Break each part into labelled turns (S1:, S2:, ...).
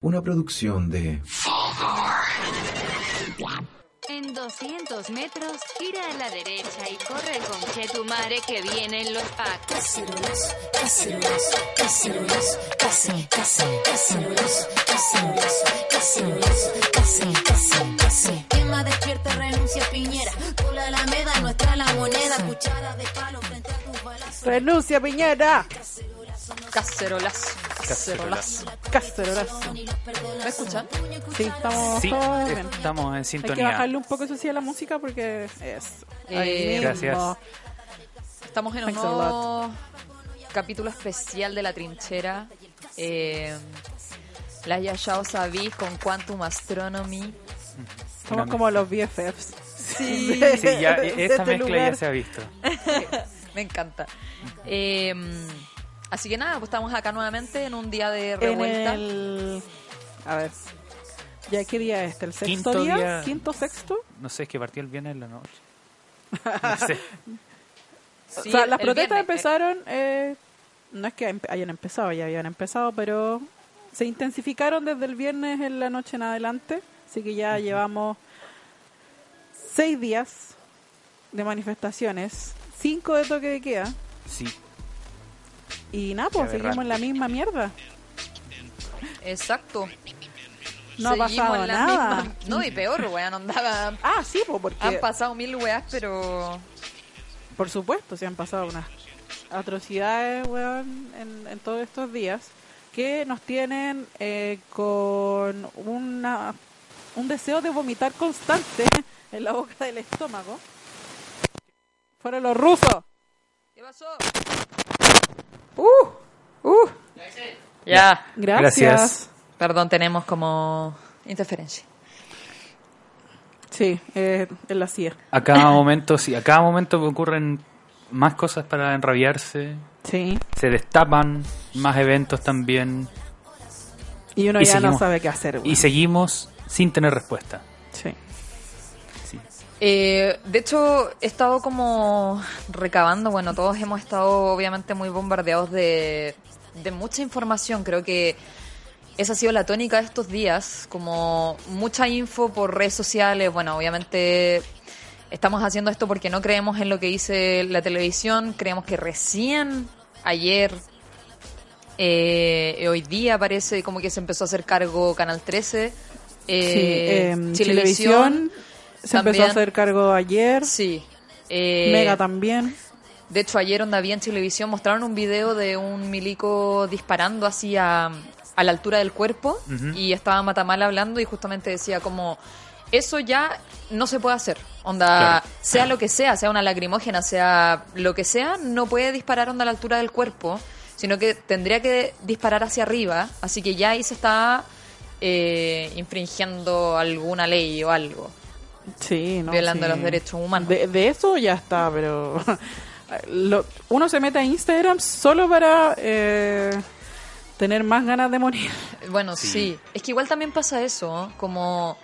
S1: Una producción de
S2: En 200 metros, gira a la derecha y corre con Chetumare que vienen los packs.
S3: Caseros, caseros, caseros, case, case, caseros, caseros, caseros, case, case, case. Quema, despierta, renuncia, piñera. Por la alameda, nuestra la moneda. Cuchara de palo frente a tus balas.
S4: Renuncia, Piñera.
S5: Cacerolazo. Cacerolazo.
S4: Cacerolazo.
S5: ¿Me escuchan?
S4: Sí, estamos
S6: Sí,
S4: todos bien.
S6: estamos en
S4: Hay que bajarle
S6: sintonía.
S4: un poco eso sí a la música porque es.
S5: Eh,
S6: Gracias.
S5: Estamos en un
S4: Thanks a
S5: nuevo capítulo especial de La Trinchera. Eh, la Yashao Sabi con Quantum Astronomy.
S4: Somos como los BFFs. Sí,
S6: Sí, ya, e-
S4: este
S6: esta mezcla ya se ha visto.
S5: Me encanta. Eh, así que nada, pues estamos acá nuevamente en un día de
S4: En
S5: revuelta.
S4: el. A ver. ¿Ya qué día es este? ¿El sexto
S6: Quinto
S4: día?
S6: día.
S4: ¿Quinto, sexto?
S6: No sé, es que partió el viernes en la noche. No sé.
S5: Sí,
S4: o sea, las
S5: el
S4: protestas
S5: viernes,
S4: empezaron. eh, no es que em- hayan empezado, ya habían empezado, pero se intensificaron desde el viernes en la noche en adelante. Así que ya llevamos seis días de manifestaciones, cinco de toque de queda.
S6: Sí,
S4: Y nada, pues
S6: Qué
S4: seguimos en la
S6: aberrante.
S4: misma mierda.
S5: eh, Exacto.
S4: No ha
S5: Seguimos
S4: pasado
S5: en la
S4: nada.
S5: misma- No, y peor, weón, andaba.
S4: Ah, sí, pues porque.
S5: Han pasado mil weas, pero
S4: Por supuesto, se han pasado unas atrocidades, weón, en, en todos estos días que nos tienen eh, con una, un deseo de vomitar constante en la boca del estómago. Fueron los rusos.
S5: ¿Qué pasó?
S4: ¡Uh! ¡Uh!
S5: Ya.
S4: Gracias.
S6: Gracias.
S5: Perdón, tenemos como interferencia.
S4: Sí, eh, en la CIA.
S6: a cada momento, sí, a cada momento ocurren más cosas para enrabiarse.
S4: Sí.
S6: Se destapan más eventos también.
S4: Y uno
S6: Y
S4: ya no
S6: seguimos.
S4: sabe qué hacer, weón.
S6: Y seguimos sin tener respuesta.
S4: Sí.
S6: Sí.
S5: Eh, de hecho, he estado como recabando, bueno, todos hemos estado obviamente muy bombardeados de, de mucha información, creo que esa ha sido la tónica de estos días, como mucha info por redes sociales, bueno, obviamente estamos haciendo esto porque no creemos en lo que dice la televisión, creemos que recién ayer, eh, hoy día parece como que se empezó a hacer cargo Canal 13.
S4: sí.
S5: Eh,
S4: eh,
S5: Chilevisión,
S4: Chilevisión se empezó a
S5: también.
S4: hacer cargo ayer.
S5: Sí. Eh,
S4: Mega también.
S5: de hecho, ayer onda vi en televisión mostraron un video de un milico disparando así a, a la altura del cuerpo
S6: Ujú.
S5: y estaba Matamala hablando y justamente decía como eso ya no se puede hacer. Onda,
S6: Claro.
S5: sea lo que sea, sea una lacrimógena, sea lo que sea, no puede disparar onda a la altura del cuerpo, sino que tendría que disparar hacia arriba, así que ya ahí se está eh, infringiendo alguna ley o algo,
S4: Sí, no,
S5: violando
S4: sí.
S5: los derechos humanos.
S4: De, de eso ya está, pero lo- uno se mete a Instagram solo para eh, tener más ganas de morir.
S5: Bueno, sí. Es que igual también pasa eso, ¿no? como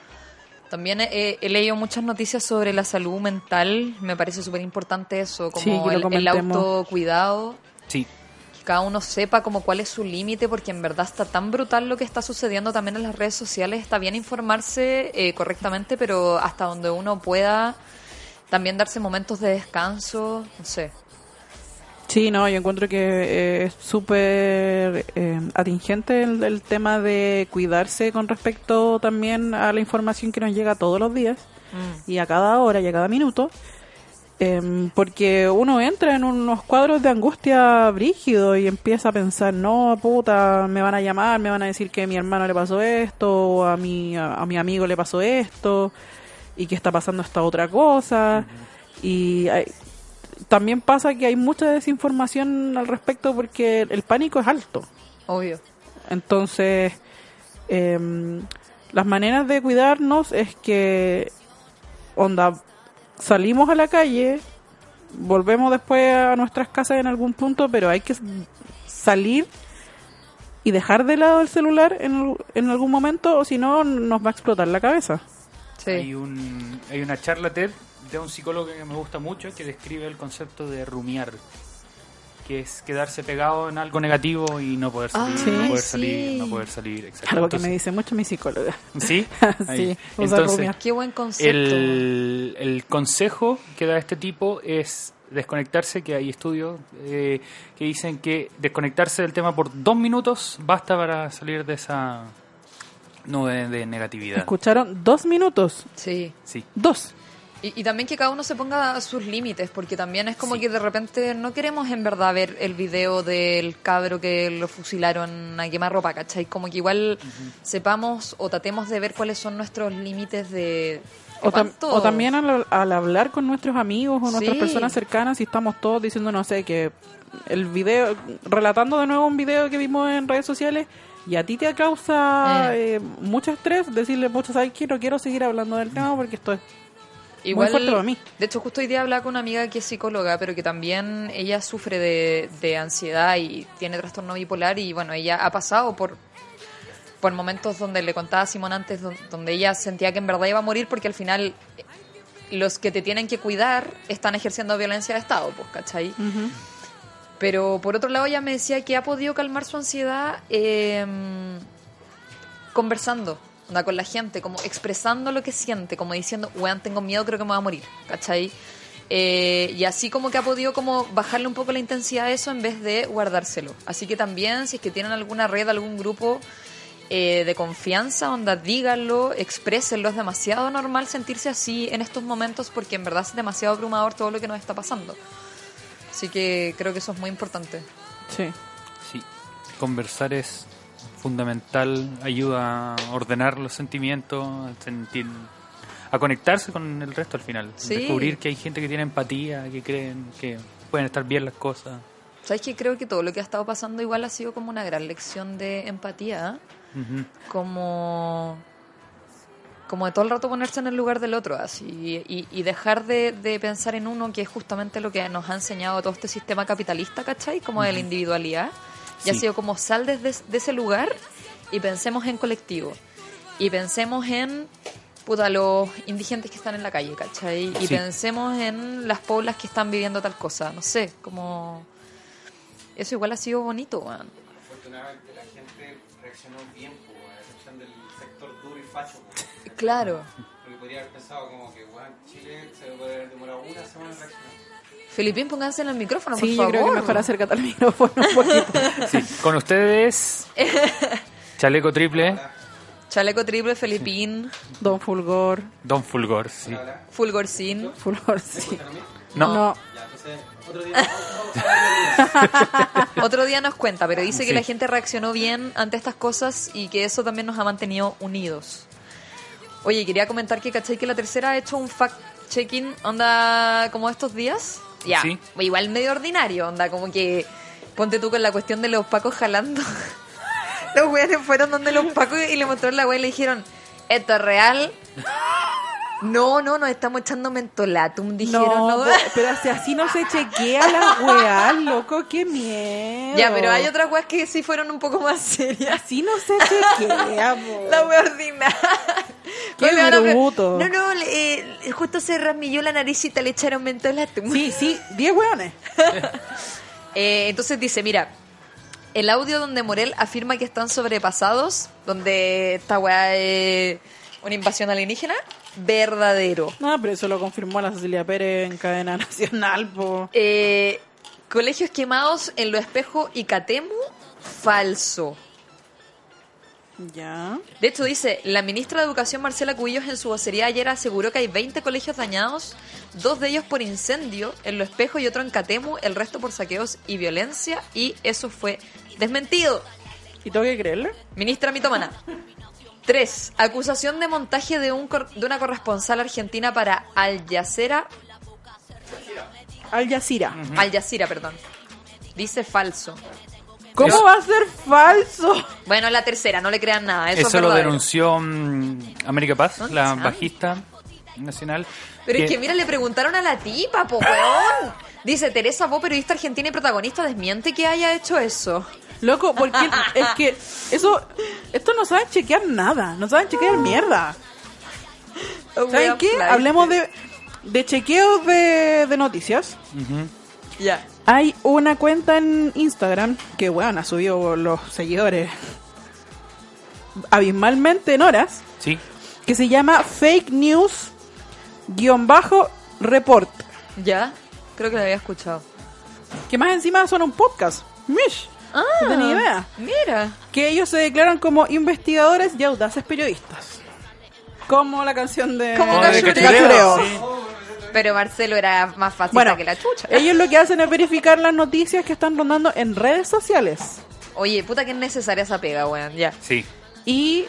S5: también he, he leído muchas noticias sobre la salud mental, me parece súper importante eso,
S4: Sí, que
S5: como
S4: lo
S5: el- el,
S4: comentemos.
S5: autocuidado,
S6: Sí.
S5: que cada uno sepa como cuál es su límite, porque en verdad está tan brutal lo que está sucediendo también en las redes sociales, está bien informarse eh, correctamente, pero hasta donde uno pueda también darse momentos de descanso, no sé.
S4: Sí, no, yo encuentro que eh, es súper eh, atingente el, el tema de cuidarse con respecto también a la información que nos llega todos los días y a cada hora y a cada minuto. em, porque uno entra en unos cuadros de angustia brígido y empieza a pensar, no, puta, me van a llamar, me van a decir que a mi hermano le pasó esto, o a mi, a, a mi amigo le pasó esto, y que está pasando esta otra cosa. Y hay- también pasa que hay mucha desinformación al respecto porque el pánico es alto.
S5: Obvio.
S4: Entonces, em, Las maneras de cuidarnos es que, onda, salimos a la calle, volvemos después a nuestras casas en algún punto, pero hay que salir y dejar de lado el celular en, al- en algún momento, o si no, nos va a explotar la cabeza.
S5: Sí.
S6: Hay, un, hay una charla TED de un psicólogo que me gusta mucho que describe el concepto de rumiar, que es quedarse pegado en algo negativo y no poder salir,
S4: Ah, sí,
S6: no poder
S5: sí.
S6: salir, no poder salir, etc.
S4: Algo que me dice mucho mi psicóloga.
S6: ¿Sí? Ahí.
S4: sí, usar
S6: Entonces,
S4: rumiar.
S5: Qué buen concepto.
S6: El, el consejo que da este tipo es desconectarse, que hay estudios eh, que dicen que desconectarse del tema por dos minutos basta para salir de esa nube de negatividad.
S4: Escucharon dos minutos.
S5: Sí.
S6: Sí.
S4: Dos.
S5: Y, y también que cada uno se ponga sus límites, porque también es como
S6: Sí.
S5: que de repente no queremos en verdad ver el video del cabro que lo fusilaron a quemar ropa, ¿cachai? Como que igual sepamos o tratemos de ver cuáles son nuestros límites de...
S4: O, tam-
S5: ¿Cuánto?
S4: o también al, al hablar con nuestros amigos o nuestras
S5: Sí.
S4: personas cercanas, si estamos todos diciendo, no sé, que el video, relatando de nuevo un video que vimos en redes sociales y a ti te causa eh, mucho estrés, decirle, mucho, ¿sabes qué? No quiero seguir hablando del tema porque esto es
S5: Igual,
S4: fuerte para mí.
S5: De hecho, justo hoy día hablaba con una amiga que es psicóloga, pero que también ella sufre de, de ansiedad y tiene trastorno bipolar y bueno, ella ha pasado por por momentos donde le contaba a Simón antes, don- donde ella sentía que en verdad iba a morir porque al final eh, los que te tienen que cuidar están ejerciendo violencia de Estado, pues, ¿cachai? Pero por otro lado ella me decía que ha podido calmar su ansiedad eh, conversando onda, con la gente, como expresando lo que siente, como diciendo, weón, tengo miedo, creo que me voy a morir, ¿cachai? Eh, y así como que ha podido como bajarle un poco la intensidad a eso en vez de guardárselo. Así que también, si es que tienen alguna red, algún grupo eh, de confianza, onda, díganlo, exprésenlo. Es demasiado normal sentirse así en estos momentos porque en verdad es demasiado abrumador todo lo que nos está pasando. Así que creo que eso es muy importante.
S4: Sí.
S6: Sí, conversar es fundamental, ayuda a ordenar los sentimientos, a, sentir- a conectarse con el resto al final,
S5: Sí.
S6: descubrir que hay gente que tiene empatía, que creen que pueden estar bien las cosas.
S5: ¿Sabes que Creo que todo lo que ha estado pasando igual ha sido como una gran lección de empatía. ¿eh?
S6: Ujú.
S5: como como de todo el rato ponerse en el lugar del otro así y, y dejar de, de pensar en uno que es justamente lo que nos ha enseñado todo este sistema capitalista ¿cachai? como de la individualidad y ha
S6: Sí.
S5: sido como sal desde de ese lugar y pensemos en colectivo y pensemos en puta los indigentes que están en la calle ¿cachai? y
S6: Sí.
S5: pensemos en las poblas que están viviendo tal cosa no sé como eso igual ha sido bonito weón.
S7: Afortunadamente la gente reaccionó bien, pues, a excepción del sector duro y facho. pues.
S5: claro
S7: Porque podría haber pensado como que, weón, Chile se puede haber demorado una semana en reaccionar.
S5: Filipín, pónganse en el micrófono,
S4: Sí, yo
S5: Ah, por favor.
S4: creo que mejor acércate al micrófono un poquito.
S6: Sí, con ustedes, Chaleco Triple,
S5: Chaleco triple, Felipín,
S4: Don Fulgor.
S6: Don Fulgor, sí.
S5: Fulgorcín.
S4: Fulgor, sí.
S6: No,
S7: Ya, entonces, otro día. vamos a-
S5: Otro día nos cuenta, pero dice que la gente reaccionó bien ante estas cosas y que eso también nos ha mantenido unidos. Oye, quería comentar que caché que la tercera ha hecho un fact-checking, onda, como estos días. Ya,
S6: Sí.
S5: igual medio ordinario, onda, como que ponte tú con la cuestión de los pacos jalando. los weones fueron donde los pacos y le mostraron la wea y le dijeron, ¿esto es real? No, no, nos estamos echando mentolatum, dijeron.
S4: No,
S5: ¿no?
S4: po- pero si así no se chequea las weas, loco, qué miedo.
S5: Ya, pero hay otras weas que sí fueron un poco más serias.
S4: Así no se chequea, po.
S5: La wea ordinaria.
S4: Qué
S5: Oye, ahora, pero-
S4: bruto.
S5: No, no, le- eh, justo se rasmilló la naricita, le echaron mentolatum.
S4: Sí, sí, 10 weones.
S5: Eh, entonces dice, mira, el audio donde Morel afirma que están sobrepasados, donde esta weá es una invasión alienígena, verdadero.
S4: No, pero eso lo confirmó la Cecilia Pérez en cadena nacional, po.
S5: Eh, colegios quemados en Lo Espejo y Catemu, falso.
S4: Ya.
S5: De hecho, dice, la ministra de Educación Marcela Cubillos en su vocería ayer aseguró que hay 20 colegios dañados, dos de ellos por incendio en Lo Espejo y otro en Catemu, el resto por saqueos y violencia, y eso fue desmentido.
S4: ¿Y tengo que creerle?
S5: Ministra mitomana. 3. Acusación de montaje de, un cor- de una corresponsal argentina para Al Jazeera.
S4: Al Jazeera. Mm.
S5: Al Jazeera, perdón. Dice falso.
S4: ¿Cómo va a ser falso?
S5: Bueno, la tercera, no le crean nada. Eso,
S6: Eso,
S5: es
S6: lo
S5: verdadero.
S6: denunció mm, América Paz,
S5: ¿Dónde
S6: la
S5: sabe?
S6: bajista nacional.
S5: Pero es que mira, le preguntaron a la tipa, po, weón. Dice, Teresa Bo, periodista argentina y protagonista, desmiente que haya hecho eso.
S4: Loco, porque es que eso, esto no saben chequear nada, no saben chequear mierda. ¿Saben
S5: Oh, Weón,
S4: qué?
S5: la
S4: Hablemos
S5: viste.
S4: de, de chequeos de, de noticias.
S5: Ya.
S4: Hay una cuenta en Instagram que, weón, ha subido los seguidores abismalmente en horas,
S6: Sí.
S4: que se llama Fake News guión bajo report.
S5: Ya. Creo que la había escuchado.
S4: Que más encima son un podcast. Mish.
S5: Ah.
S4: No tenía idea.
S5: Mira.
S4: Que ellos se declaran como investigadores y audaces periodistas. Como la canción de...
S5: Como
S6: Como Oh, de
S5: Cachureo.
S4: Cachureo.
S6: Sí.
S5: Pero Marcelo era más fácil
S4: Bueno,
S5: que la chucha.
S4: ellos lo que hacen es verificar las noticias que están rondando en redes sociales.
S5: Oye, puta que es necesaria esa pega, weón. Ya.
S6: Sí.
S4: Y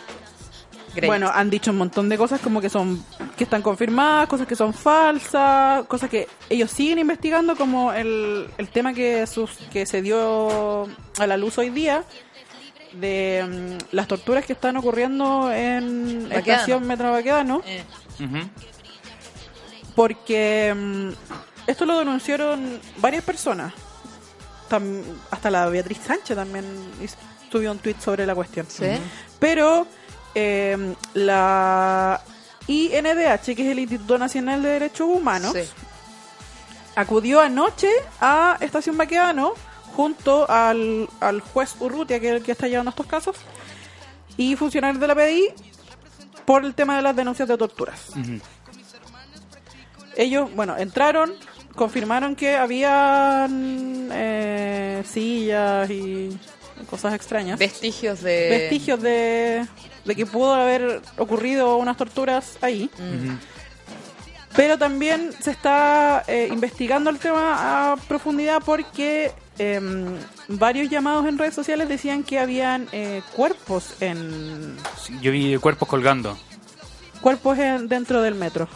S5: Great.
S4: Bueno, han dicho un montón de cosas como que son que están confirmadas, cosas que son falsas, cosas que ellos siguen investigando como el, el tema que sus, que se dio a la luz hoy día de mm, las torturas que están ocurriendo en
S5: Baquedano.
S4: estación Metro Baquedano
S5: Eh,
S6: Ujú.
S4: porque mm, esto lo denunciaron varias personas. Tam- hasta la Beatriz Sánchez también hizo- subió un tweet sobre la cuestión.
S5: Sí.
S4: Pero eh, la INDH, que es el Instituto Nacional de Derechos Humanos,
S5: sí.
S4: acudió anoche a Estación Baquedano junto al, al juez Urrutia, que es el que está llevando estos casos, y funcionarios de la PDI por el tema de las denuncias de torturas.
S6: Ujú.
S4: Ellos, bueno, entraron, confirmaron que habían eh, sillas y cosas extrañas.
S5: Vestigios de.
S4: Ah. Vestigios de, de que pudo haber ocurrido unas torturas ahí.
S6: Mm.
S4: Pero también se está eh, investigando el tema a profundidad porque em, varios llamados en redes sociales decían que habían eh, cuerpos en
S6: Sí, Yo vi cuerpos colgando.
S4: cuerpos en- dentro del metro.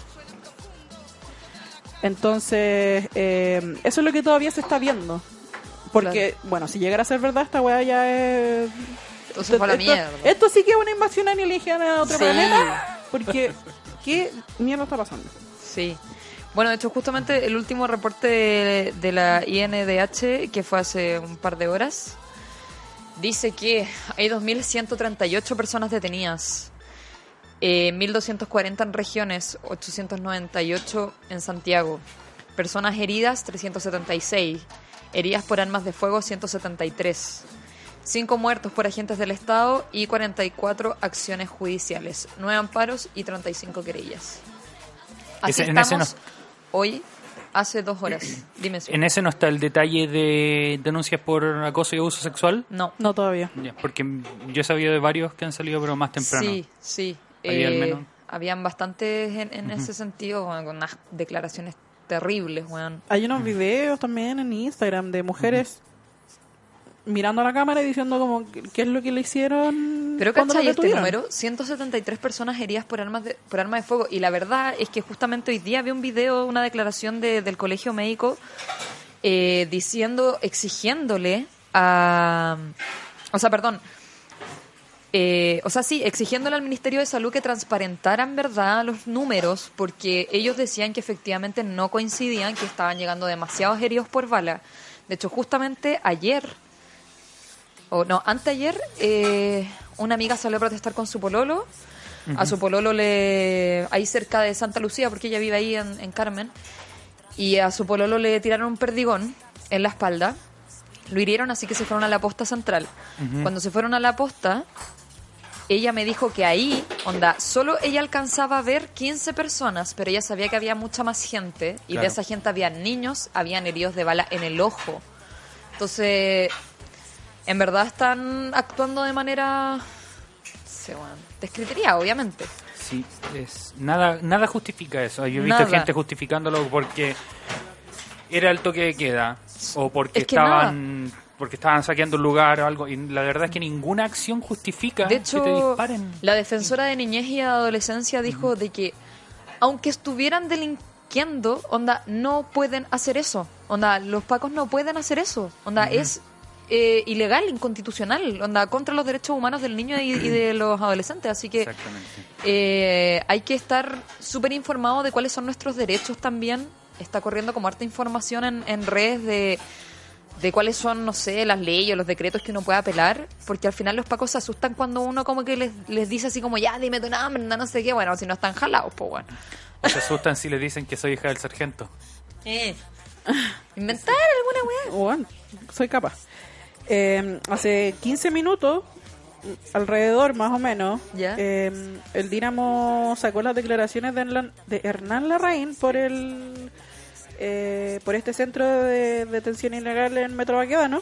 S4: Entonces, eh, eso es lo que todavía se está viendo. Porque, bueno, si llegara a ser verdad, esta weá ya es...
S5: Entonces fue a la
S4: esto,
S5: mierda.
S4: esto sí que es una invasión alienígena de otro
S5: Sí.
S4: planeta. Porque, ¿qué mierda está pasando?
S5: Sí. Bueno, de hecho, justamente el último reporte de, de la INDH, que fue hace un par de horas, dice que hay 2.138 personas detenidas, eh, 1.240 en regiones, 898 en Santiago, personas heridas, 376, heridas por armas de fuego, 173. 5 muertos por agentes del Estado y 44 acciones judiciales, 9 amparos y 35 querellas. Así
S6: Ese- en
S5: estamos
S6: ese no-
S5: hoy, hace dos horas. Dime su-
S6: En ese no está el detalle de denuncias por acoso y abuso sexual.
S5: No.
S4: No todavía.
S6: Ya, Porque yo he sabido de varios que han salido, pero más temprano.
S5: Sí, sí. Eh,
S6: Ahí al menos.
S5: Habían bastantes en, en ese sentido, bueno, con unas declaraciones terribles, weón.
S4: Hay unos videos también en Instagram de mujeres mirando a la cámara y diciendo como qué es lo que le hicieron.
S5: Pero
S4: cuando las
S5: ¿cachai este
S4: detuvieron?
S5: número? 173 personas heridas por armas de, por arma de fuego. Y la verdad es que justamente hoy día vi un video, una declaración de- del colegio médico eh, diciendo, exigiéndole a... O sea, perdón. eh, o sea, sí, exigiéndole al Ministerio de Salud que transparentaran, ¿verdad?, los números, porque ellos decían que efectivamente no coincidían, que estaban llegando demasiados heridos por bala. De hecho, justamente ayer o no, anteayer eh, una amiga salió a protestar con su pololo. A su pololo le. ahí cerca de Santa Lucía, porque ella vive ahí en, en Carmen. Y a su pololo le tiraron un perdigón en la espalda. Lo hirieron, así que se fueron a la posta central. Cuando se fueron a la posta, ella me dijo que ahí, onda, solo ella alcanzaba a ver 15 personas, pero ella sabía que había mucha más gente. Y de
S6: Claro.
S5: esa gente había niños, habían heridos de bala en el ojo. Entonces, en verdad están actuando de manera se van descritería, obviamente.
S6: Sí, es, nada, nada justifica eso. Yo he visto
S5: Nada.
S6: gente justificándolo porque era el toque de queda o porque
S5: Es que
S6: estaban porque estaban saqueando un lugar o algo. Y la verdad es que ninguna acción justifica
S5: De
S6: que te
S5: hecho,
S6: disparen.
S5: la defensora de niñez y adolescencia dijo de que aunque estuvieran delinquiendo, onda, no pueden hacer eso. Onda, los pacos no pueden hacer eso. Onda, es eh, ilegal, inconstitucional, onda, contra los derechos humanos del niño y, y de los adolescentes. Así que
S6: Exactamente.
S5: eh, hay que estar súper informado de cuáles son nuestros derechos también. Está corriendo como harta información en, en redes de, de cuáles son, no sé, las leyes, los decretos que uno puede apelar, porque al final los pacos se asustan cuando uno como que les, les dice así como, ya, dime tu nombre, no sé qué, bueno, si no están jalados, pues bueno.
S6: Se asustan si les dicen que soy hija del sargento.
S5: Inventar alguna weá.
S4: Bueno, soy capaz. Eh, hace 15 minutos, alrededor más o menos,
S5: Ya.
S4: eh, el Dinamo sacó las declaraciones de, Hernán- de Hernán Larraín por el eh, por este centro de detención ilegal en Metro Baquedano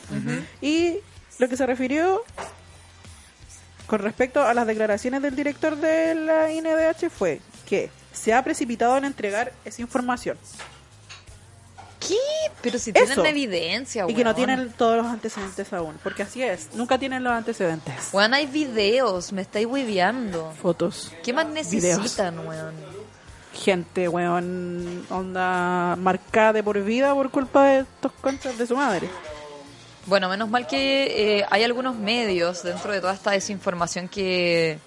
S4: y lo que se refirió con respecto a las declaraciones del director de la INDH fue que se ha precipitado en entregar esa información
S5: ¿Qué? Pero si
S4: Eso.
S5: tienen evidencia,
S4: y que no
S5: weón.
S4: tienen todos los antecedentes aún, porque así es, nunca tienen los antecedentes.
S5: Weón, hay videos, me estáis hueveando.
S4: Fotos,
S5: ¿Qué más
S4: Videos.
S5: necesitan, weón?
S4: gente, weón, onda marcada de por vida por culpa de estos conchas de su madre.
S5: Bueno, menos mal que eh, hay algunos medios dentro de toda esta desinformación que,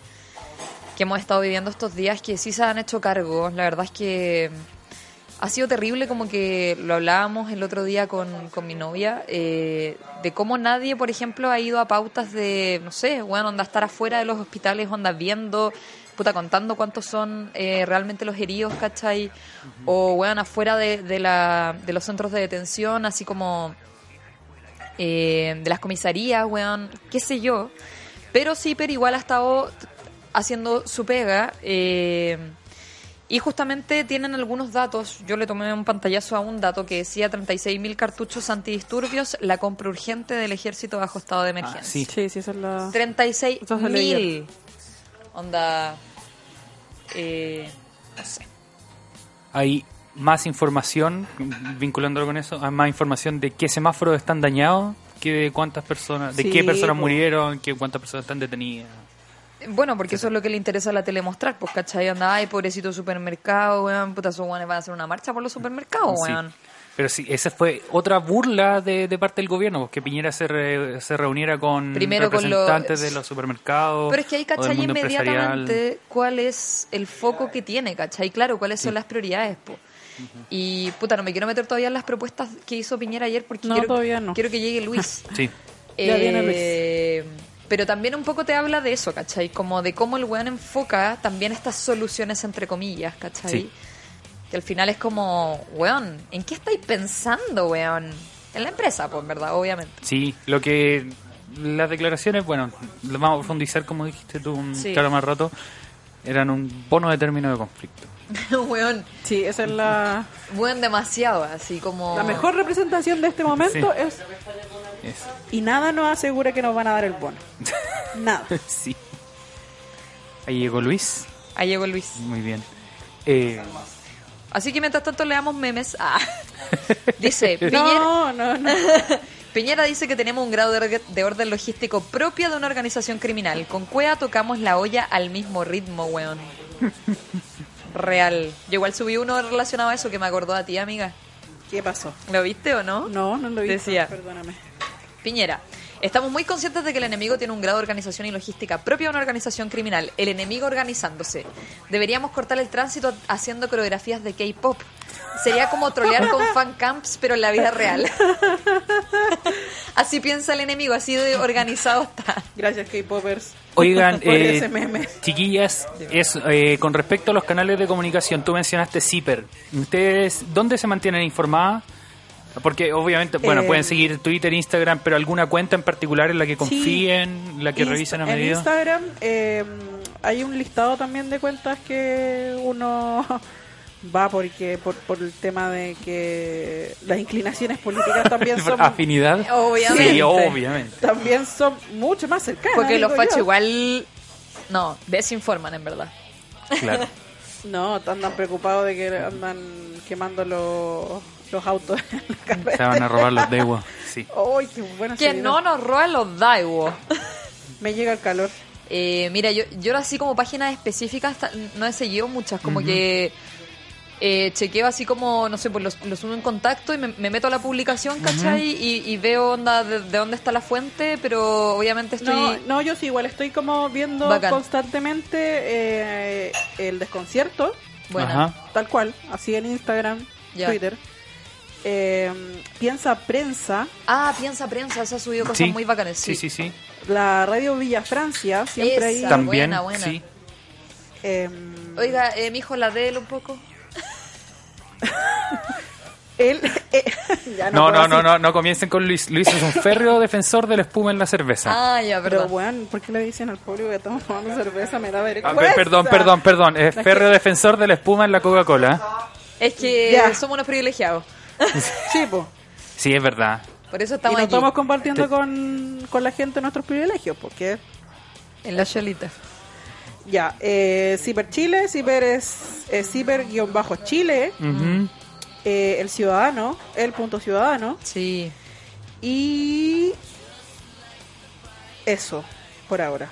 S5: que hemos estado viviendo estos días que sí se han hecho cargo. La verdad es que mm, ha sido terrible, como que lo hablábamos el otro día con, con mi novia, eh, de cómo nadie, por ejemplo, ha ido a pautas de, no sé, bueno, onda estar afuera de los hospitales, onda viendo, puta, contando cuántos son eh, realmente los heridos, ¿cachai? O, bueno, afuera de, de, la, de los centros de detención, así como eh, de las comisarías, weón, qué sé yo. Pero sí, pero igual ha estado haciendo su pega. eh, y justamente tienen algunos datos. Yo le tomé un pantallazo a un dato que decía 36.000 cartuchos antidisturbios, la compra urgente del ejército bajo estado de emergencia.
S6: Ah, sí.
S4: Sí, sí, esa es la... Eso se leía.
S5: 36.000. Onda. eh, no sé.
S6: Hay más información, vinculándolo con eso, hay más información de qué semáforos están dañados, que de cuántas personas, de
S4: Sí,
S6: qué personas
S4: po.
S6: murieron, que cuántas personas están detenidas.
S5: Bueno, porque eso es lo que le interesa a la tele mostrar, pues, ¿cachai? Onda, ay, pobrecito supermercado, weón, puta, esos weones van a hacer una marcha por los supermercados,
S6: Sí.
S5: weón.
S6: Pero sí, esa fue otra burla de, de parte del gobierno, pues, que Piñera se, re- se reuniera con
S5: Primero con los-
S6: representantes de los supermercados.
S5: Pero es que ahí,
S6: o del
S5: ¿cachai?
S6: mundo empresarial.
S5: Inmediatamente, ¿cuál es el foco que tiene, ¿cachai? Claro, ¿cuáles son las prioridades, po? Y, puta, no me quiero meter todavía en las propuestas que hizo Piñera ayer porque
S4: No,
S5: quiero,
S4: todavía no.
S5: quiero que llegue Luis.
S6: Sí.
S4: Ya viene
S5: Eh, Pero también un poco te habla de eso, ¿cachai? Como de cómo el weón enfoca también estas soluciones, entre comillas, ¿cachai?
S6: Sí.
S5: Que al final es como, weón, ¿en qué estáis pensando, weón? En la empresa, pues, en verdad, obviamente.
S6: Sí, lo que las declaraciones, bueno, las vamos a profundizar como dijiste tú un
S5: Sí.
S6: claro más rato, eran un bono de término de conflicto.
S5: weón,
S4: Sí, esa es la,
S5: weón demasiado, así como...
S4: la mejor representación de este momento
S6: Sí.
S4: es...
S6: Eso.
S4: Y nada nos asegura que nos van a dar el bono. Nada.
S6: sí. Ahí llegó Luis,
S5: Ahí llegó Luis.
S6: muy bien. Eh,
S5: Así que mientras tanto le damos memes. Ah. Dice, Piñera,
S4: No, no, no.
S5: Piñera dice que tenemos un grado de, orga- de orden logístico propio de una organización criminal. Con Cuea tocamos la olla al mismo ritmo, weón. Real. Yo igual subí uno relacionado a eso que me acordó a ti, amiga.
S4: ¿Qué pasó?
S5: ¿Lo viste o no?
S4: No, no lo vi.
S5: Decía.
S4: Perdóname.
S5: Piñera, estamos muy conscientes de que el enemigo tiene un grado de organización y logística propia de una organización criminal, el enemigo organizándose. Deberíamos cortar el tránsito haciendo coreografías de K-pop. Sería como trolear con fan camps, pero en la vida real. así piensa el enemigo, así de organizado está.
S4: Gracias, K-Popers.
S6: Oigan,
S4: por
S6: eh,
S4: ese meme.
S6: chiquillas, es, eh, con respecto a los canales de comunicación, tú mencionaste Zipper. ¿Ustedes dónde se mantienen informadas? Porque obviamente, bueno,
S4: Eh,
S6: pueden seguir Twitter, Instagram, pero alguna cuenta en particular en la que confíen, la que
S4: Insta-
S6: revisen a
S4: En
S6: medida.
S4: Instagram eh, hay un listado también de cuentas que uno va porque por, por el tema de que las inclinaciones políticas también son
S6: Afinidad.
S5: Obviamente.
S6: Ah, Sí, obviamente.
S4: también son mucho más cercanas.
S5: Porque los
S4: digo yo.
S5: fachos igual... No, desinforman en verdad.
S6: Claro.
S4: No, andan preocupados de que andan quemando los, los autos en la carretera.
S6: Se van a robar los Dewa. Sí.
S4: Ay, qué buena
S5: Que
S4: serie.
S5: no nos roban los Daiwo.
S4: Me llega el calor.
S5: Eh, mira, yo, yo así como páginas específicas ta- no he seguido muchas, como que eh, chequeo así como, no sé, pues los, los uno en contacto y me, me meto a la publicación, ¿cachai? y, y veo onda de, de dónde está la fuente, pero obviamente estoy...
S4: No, no, yo sí, igual estoy como viendo
S5: Bacán.
S4: constantemente eh, el desconcierto,
S5: Buena.
S6: Ajá.
S4: tal cual, así en Instagram,
S5: Ya.
S4: Twitter. Eh, piensa prensa,
S5: Ah, piensa prensa, se ha subido cosas
S6: Sí.
S5: muy bacanes. Sí,
S6: Sí, sí, sí.
S4: la radio Villa Francia, siempre ahí.
S5: Esa.
S6: También,
S5: buena, buena.
S6: sí.
S4: em,
S5: Oiga, eh, mijo, la déle un poco.
S4: él, eh, ya
S6: No,
S4: puedo
S6: no, no,
S4: decir.
S6: no, no comiencen con Luis. Luis es un férreo defensor de la espuma en la cerveza.
S5: Ah, ya,
S4: Pero
S5: perdón.
S4: bueno, ¿por qué le dicen al público que estamos tomando cerveza? Me da
S6: Ah, pe-
S4: vergüenza.
S6: perdón, perdón, perdón. Es férreo defensor de la espuma en la Coca-Cola. ¿eh?
S5: Es que
S4: Ya.
S5: somos unos privilegiados.
S4: Sí, po.
S6: Sí, es verdad.
S5: Por eso
S4: Y
S5: estamos
S4: nos
S5: aquí,
S4: estamos compartiendo
S6: Te-
S4: con, con la gente nuestros privilegios, porque
S5: en la cholita.
S4: ya, eh, Ciber Chile, Ciber es eh, Ciber-Chile,
S6: Ujú.
S4: eh, el ciudadano, el punto ciudadano,
S5: Sí.
S4: y eso, por ahora.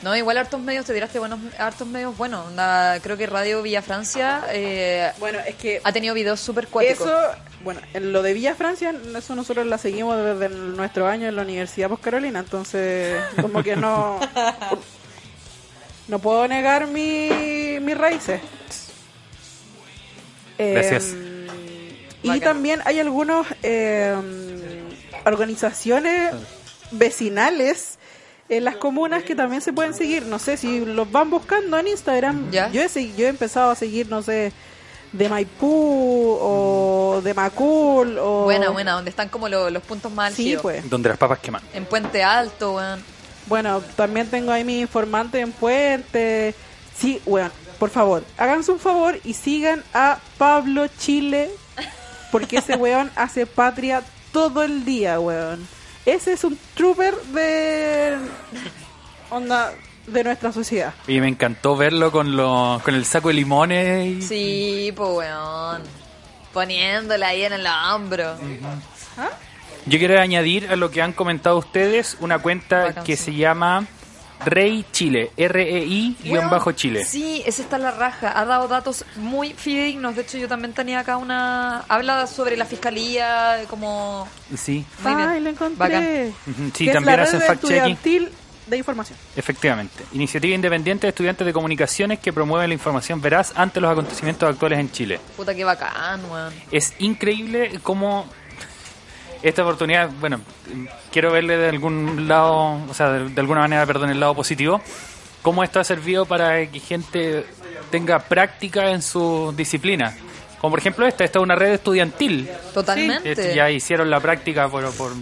S5: No, igual hartos medios, te tiraste buenos, hartos medios buenos. Onda, creo que Radio Villa Francia eh,
S4: Bueno, es que
S5: ha tenido videos súper cuáticos.
S4: eso, bueno, en lo de Villa Francia, eso nosotros la seguimos desde el- nuestro año en la Universidad Post Carolina, entonces como que no... No puedo negar mi, mis raíces.
S6: Gracias.
S4: Em, y
S5: Bacán.
S4: también hay algunas organizaciones vecinales en las comunas que también se pueden seguir. No sé si los van buscando en Instagram.
S5: Ya.
S4: Yo, he, segui- yo he empezado a seguir, no sé, de Maipú o de Macul o...
S5: Buena, buena, donde están como lo- los puntos más
S4: Sí,
S5: álgidos.
S4: pues.
S6: Donde las papas queman.
S5: En Puente Alto, weón.
S4: Bueno, también tengo ahí mi informante en Puente. Sí, bueno, por favor, háganse un favor y sigan a Pablo Chile, porque ese weón hace patria todo el día, weón. Ese es un trooper de. onda, de nuestra sociedad.
S6: Y me encantó verlo con, los con el saco de limones. y-
S5: Sí, pues, weón. Poniéndola ahí en el hombro.
S6: Yo quiero añadir a lo que han comentado ustedes una cuenta
S5: Bacán,
S6: que
S5: sí.
S6: se llama Rey Chile, E
S5: Weón,
S6: R-E-I-Chile.
S5: Sí, esa está la raja. Ha dado datos muy fidedignos. De hecho, yo también tenía acá una. Habla sobre la fiscalía, como.
S6: Sí,
S5: Muy bien.
S4: Ay, lo encontré.
S5: Bacán.
S6: Ujú, sí,
S4: Que es
S6: también
S4: la
S6: hacen
S4: red
S6: fact-checking.
S4: estudiantil de información.
S6: efectivamente. Iniciativa independiente de estudiantes de comunicaciones que promueve la información veraz ante los acontecimientos actuales en Chile.
S5: Puta, qué bacán, weón.
S6: Es increíble cómo esta oportunidad, bueno, quiero verle de algún lado, o sea, de, de alguna manera, perdón, el lado positivo, cómo esto ha servido para que gente tenga práctica en su disciplina. Como por ejemplo esta, esta es una red estudiantil.
S5: Totalmente.
S6: Esto Ya hicieron la práctica por, por,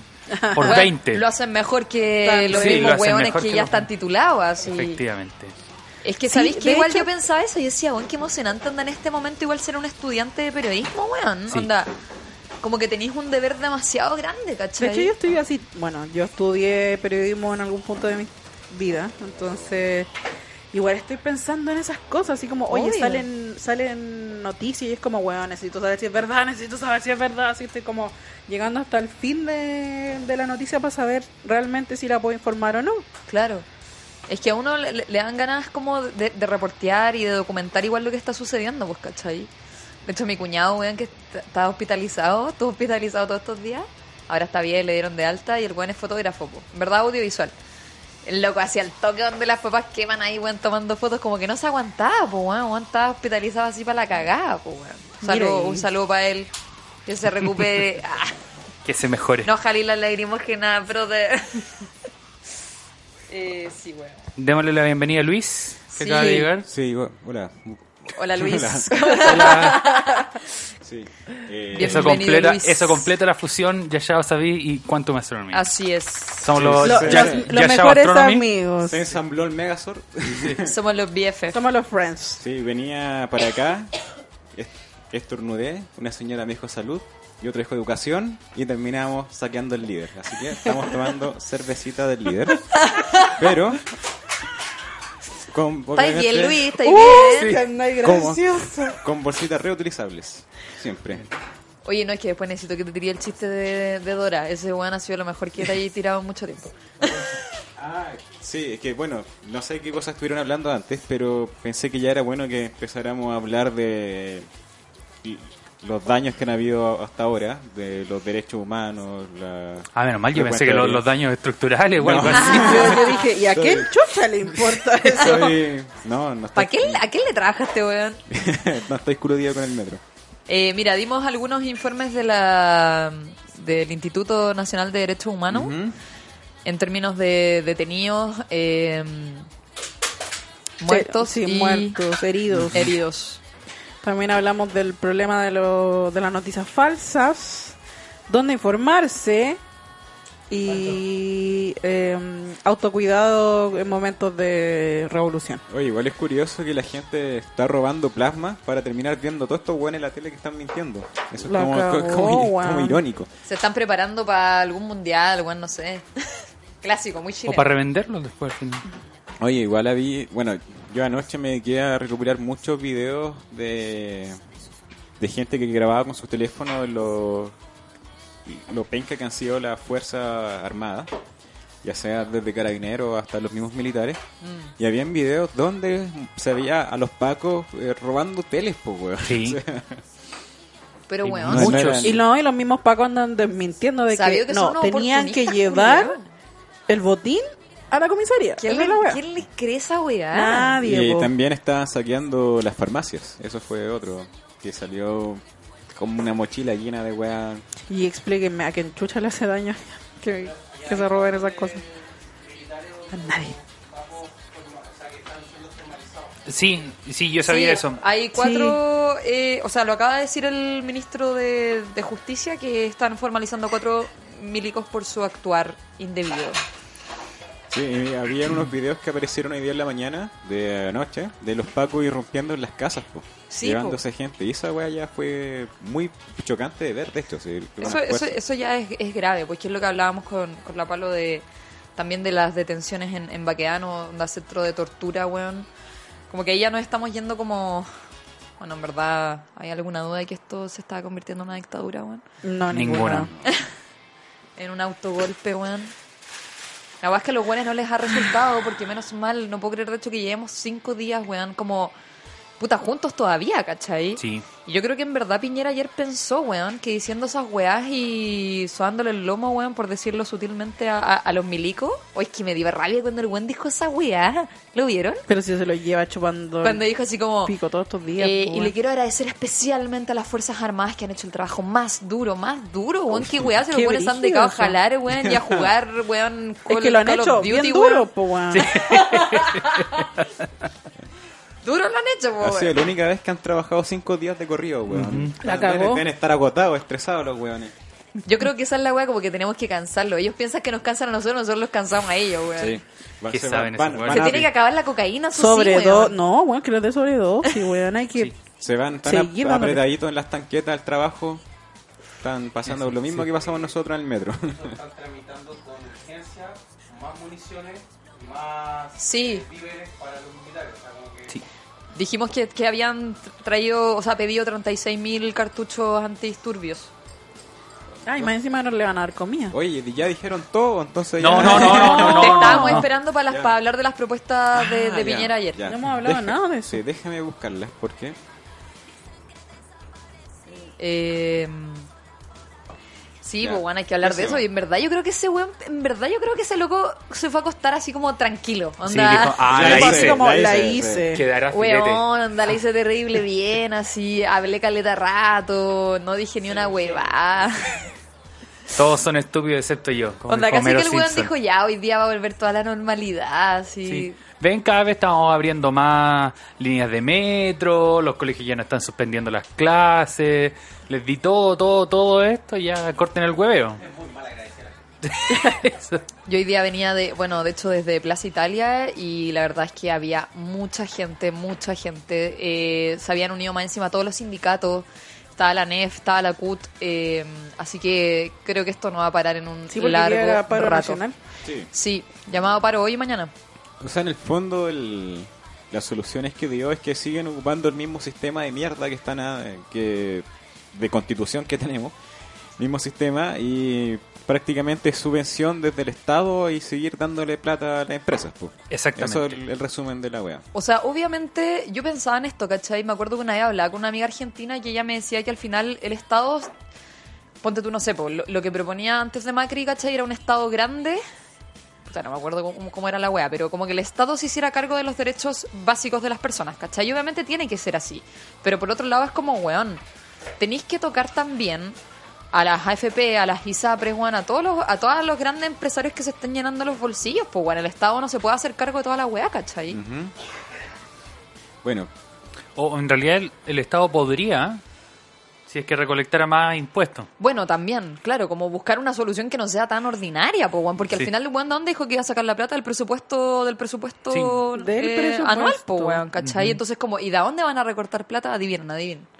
S6: por
S5: Weón,
S6: 20.
S5: Lo hacen mejor que
S4: También.
S5: los
S6: Sí, lo
S5: mismos
S6: hacen
S5: weones
S6: mejor
S5: que,
S6: que
S5: ya
S6: los-
S5: están titulados. así.
S6: Efectivamente.
S5: Es que,
S4: Sí,
S5: ¿sabéis que
S4: de
S5: igual
S4: hecho-
S5: yo pensaba eso? Yo decía, weón, qué emocionante andar en este momento igual ser un estudiante de periodismo, weón.
S6: Sí.
S5: Onda, como que tenéis un deber demasiado grande, ¿cachai?
S4: De hecho, yo estoy así. Bueno, yo estudié periodismo en algún punto de mi vida, entonces igual estoy pensando en esas cosas, así como, oye,
S5: Obvio.
S4: salen salen noticias y es como, weón, necesito saber si es verdad, necesito saber si es verdad, así estoy como llegando hasta el fin de, de la noticia para saber realmente si la puedo informar o no.
S5: Claro. Es que a uno le, le dan ganas como de, de reportear y de documentar igual lo que está sucediendo, pues, ¿cachai? De hecho, mi cuñado, weón, que est- estaba hospitalizado, estuvo hospitalizado todos estos días. Ahora está bien, le dieron de alta y el weón es fotógrafo, po. En ¿verdad? Audiovisual. El loco hacia el toque donde las papás queman ahí, weón, tomando fotos, como que no se aguantaba, po, weón. Weón estaba hospitalizado así para la cagada, po, weón. Un
S4: Mira
S5: saludo-
S4: ahí.
S5: un saludo para él. Que se recupere. Ah.
S6: Que se mejore.
S5: No jalí la lagrimógena, pero de... eh, sí, weón.
S6: Démosle la bienvenida a Luis, que
S5: Sí.
S6: acaba de llegar.
S8: Sí, o- hola.
S5: Hola Luis.
S8: Sí. eh,
S5: Bienvenido,
S6: Eso completa,
S5: Luis.
S6: eso completa la fusión Yasha Wasabi y Quantum Astronomy.
S5: Así es.
S6: Somos los,
S8: Sí,
S4: Lo-
S8: sí,
S6: Oh, Ya-
S8: sí.
S4: los, los
S6: Yasha
S4: mejores
S6: Astronomy.
S4: amigos.
S8: se ensambló el Megazord.
S5: Somos los BFF.
S4: Somos los friends.
S8: Sí, venía para acá, est- estornudé, una señora me dijo salud, yo otro dijo educación y terminamos saqueando el líder. Así que estamos tomando cervecita del líder. Pero... Con,
S5: ¿Estáis bien,
S8: obviamente,
S5: Luis? ¿Estáis
S4: Uh.
S5: bien?
S4: que andáis
S8: ¿Cómo?
S4: gracioso.
S8: Con bolsitas reutilizables, siempre.
S5: Oye, no, es que después necesito que te tiré el chiste de, de Dora. Ese weón ha sido lo mejor que te hayas tirado en mucho tiempo.
S8: Ah, sí, es que bueno, no sé qué cosas estuvieron hablando antes, pero pensé que ya era bueno que empezáramos a hablar de los daños que han habido hasta ahora, de los derechos humanos. La...
S6: Ah, menos mal, yo
S8: la
S6: pensé que los,
S8: cuenta
S6: los daños estructurales o
S8: No.
S6: algo así.
S4: Yo, yo dije, ¿y a qué chucha le importa
S8: de-
S4: eso?
S8: Soy- No, no estoy,
S5: ¿Para qué, ¿A qué le trabajaste, weón?
S8: no estoy crudido con el metro.
S5: Eh, mira, dimos algunos informes de la del Instituto Nacional de Derechos Humanos en términos de detenidos, eh, muertos
S4: Sí,
S5: y
S4: muertos, heridos.
S5: heridos.
S4: También hablamos del problema de, lo- de las noticias falsas, dónde informarse y eh, autocuidado en momentos de revolución.
S8: Oye, igual es curioso que la gente está robando plasma para terminar viendo todos estos weones en la tele que están mintiendo. Eso es
S4: La
S8: como,
S4: cagó,
S8: como- como
S4: weón.
S8: irónico.
S5: Se están preparando para algún mundial, bueno, no sé. Clásico, muy
S6: O
S5: chileno.
S6: para revenderlos después. al final.
S8: Oye, igual había, bueno, yo anoche me quedé a recuperar muchos videos de, de gente que grababa con su teléfono lo, lo penca que han sido las fuerzas armadas, ya sea desde carabineros hasta los mismos militares.
S4: Mm.
S8: Y habían videos donde se veía a los pacos eh, robando teles, po, weón.
S6: Sí.
S8: O sea,
S5: Pero
S6: Y
S5: bueno,
S8: no, no
S6: Muchos.
S8: eran-
S4: Y no, y los mismos pacos andan desmintiendo de
S5: Sabido
S4: que,
S5: que
S4: no,
S5: son
S4: tenían que
S5: oportunistas,
S4: llevar
S5: culiao.
S4: el botín a la comisaría.
S5: ¿quién
S4: Esa es la
S5: le,
S4: wea.
S5: ¿quién le cree esa weá?
S4: Nadie.
S8: Y
S4: po.
S8: también estaban saqueando las farmacias. Eso fue otro que salió como una mochila llena de weá.
S4: Y explíquenme a quién chucha le hace daño que, que se roben esas cosas. A nadie.
S6: Sí, sí, yo sabía
S5: Sí, Ah,
S6: eso.
S5: Hay cuatro, eh, o sea, lo acaba de decir el ministro de, de Justicia que están formalizando cuatro milicos por su actuar indebido.
S8: Sí, y había unos videos que aparecieron hoy día en la mañana, de anoche, de los pacos irrumpiendo en las casas, po,
S5: Sí,
S8: llevándose gente. Y esa weá ya fue muy chocante de ver, de hecho. sí, con
S5: Eso,
S8: las
S5: eso,
S8: fuerzas.
S5: eso ya es, es grave, porque es lo que hablábamos con, con la palo de también de las detenciones en, en Baqueano, onda centro de tortura, weón. Como que ahí ya nos estamos yendo como... Bueno, en verdad, ¿hay alguna duda de que esto se está convirtiendo en una dictadura, weón?
S4: No,
S6: Ninguna.
S4: ninguna.
S5: ¿Eh? en un autogolpe, weón. La verdad es que a los weones no les ha resultado, porque menos mal, no puedo creer de hecho que llevemos cinco días, weón, como puta juntos todavía, ¿cachai?
S6: Sí.
S5: Y yo creo que en verdad Piñera ayer pensó, weón, que diciendo esas weás y sudándole el lomo, weón, por decirlo sutilmente a, a- a los milicos. Oye, es que me dio rabia cuando el weón dijo esa weá. ¿Lo vieron?
S4: Pero si se lo lleva chupando
S5: Cuando dijo así como...
S4: pico todos estos días.
S5: Eh,
S4: po,
S5: y
S4: weón.
S5: le quiero agradecer especialmente a las Fuerzas Armadas que han hecho el trabajo más duro, más duro, weón. Qué weá, se los
S4: Qué
S5: weones se han
S4: brígido
S5: dedicado a
S4: eso.
S5: jalar, weón, y a jugar, weón,
S4: es que lo han
S5: Call of
S4: hecho
S5: Duty,
S4: bien
S5: weón. Ah,
S4: duro, po, weón.
S5: Duro lo han hecho, po,
S8: Ha sido
S5: weón.
S8: la única vez que han trabajado cinco días de corrido, weón.
S4: La
S8: Deben-
S4: cagó.
S8: Deben estar agotados, estresados los weones.
S5: Yo creo que esa es la weá como que tenemos que cansarlo. Ellos piensan que nos cansan a nosotros, nosotros los cansamos a ellos, weón.
S8: Van-
S6: ¿Qué
S8: se
S6: saben
S8: van-
S6: esos
S8: van-
S6: weones?
S5: Se
S8: van a-
S5: tiene que acabar la cocaína, eso sí,
S4: Sobre todo,
S5: weón.
S4: no, weón, que los de sobredosis, weón, hay que...
S6: Sí.
S8: Se van tan
S4: Seguir
S8: ap-
S4: dándole.
S8: apretaditos en las tanquetas al trabajo. Están pasando lo mismo que pasamos nosotros en el metro.
S7: Están tramitando con urgencia más municiones, más
S5: Sí.
S7: víveres para los militares. O sea, como que
S6: Sí.
S5: Dijimos que, que habían traído, o sea, pedido 36.000 cartuchos antidisturbios.
S4: Ay, más encima no le van a dar comida.
S8: Oye, ya dijeron todo, entonces
S6: No,
S8: ya-
S6: no, no, no, no, no.
S5: Te
S6: no,
S5: estábamos
S6: no.
S5: esperando para, las,
S8: Ya.
S5: para hablar de las propuestas de,
S8: Ah,
S5: de
S8: ya,
S5: Piñera ayer.
S8: ya.
S4: No hemos hablado nada de eso.
S8: Sí, déjame buscarlas porque
S5: Eh, sí,
S8: Ya.
S5: pues bueno, hay que hablar de
S8: Ese
S5: eso.
S8: weón.
S5: Y en verdad yo creo que ese weón, en verdad yo creo que ese loco se fue a acostar así como tranquilo. Onda,
S6: Sí, dijo, ah,
S4: Algo
S6: la
S4: así
S6: hice.
S4: como,
S8: la
S4: la,
S8: hice,
S4: hice.
S6: Quedará filete.
S5: Weón, anda, la hice terrible bien, así, hablé caleta rato, no dije ni una huevada.
S6: Todos son estúpidos excepto yo. Como
S5: Onda, casi que
S6: Homero
S5: el weón
S6: Simpson.
S5: dijo, ya, hoy día va a volver toda la normalidad, así.
S6: Sí. Ven, cada vez estamos abriendo más líneas de metro, los colegios ya no están suspendiendo las clases, les di todo, todo, todo esto, ya corten el hueveo. Eso.
S5: Yo hoy día venía de, bueno, de hecho desde Plaza Italia y la verdad es que había mucha gente, mucha gente. Eh, se habían unido más encima todos los sindicatos. Estaba la NEF, estaba la CUT. eh, así que creo que esto no va a parar en un
S4: Sí, porque
S5: largo
S4: llega paro
S5: rato.
S4: nacional.
S8: Sí.
S5: Sí, llamado paro hoy y mañana.
S8: O sea, en el fondo el, las soluciones que dio es que siguen ocupando el mismo sistema de mierda que están a- que de constitución que tenemos mismo sistema y prácticamente subvención desde el Estado y seguir dándole plata a las empresas. po.
S6: Exactamente.
S8: Eso es el, el resumen de la wea.
S5: O sea, obviamente yo pensaba en esto, ¿cachai? Me acuerdo que una vez hablaba con una amiga argentina y ella me decía que al final el Estado, ponte tú, no sé, po, lo, lo que proponía antes de Macri, ¿cachai? Era un Estado grande. Puta, no me acuerdo cómo, cómo era la wea, pero como que el Estado se hiciera cargo de los derechos básicos de las personas, ¿cachai? Y obviamente tiene que ser así. Pero por otro lado es como, weón, tenéis que tocar también a las AFP, a las ISAPRES, weón, a todos los, a todos los grandes empresarios que se están llenando los bolsillos, pues weón, el Estado no se puede hacer cargo de toda la wea, ¿cachai?
S8: Bueno,
S6: O en realidad el, el Estado podría, si es que recolectara más impuestos.
S5: Bueno, también, claro, como buscar una solución que no sea tan ordinaria, po, weón, porque
S6: Sí.
S5: al final Juan Don dijo que iba a sacar la plata del presupuesto del presupuesto,
S6: Sí.
S4: Del
S5: eh,
S4: presupuesto.
S5: anual, po, weón, ¿cachai? Entonces como, ¿y de dónde van a recortar plata? Adivinen, adivinen.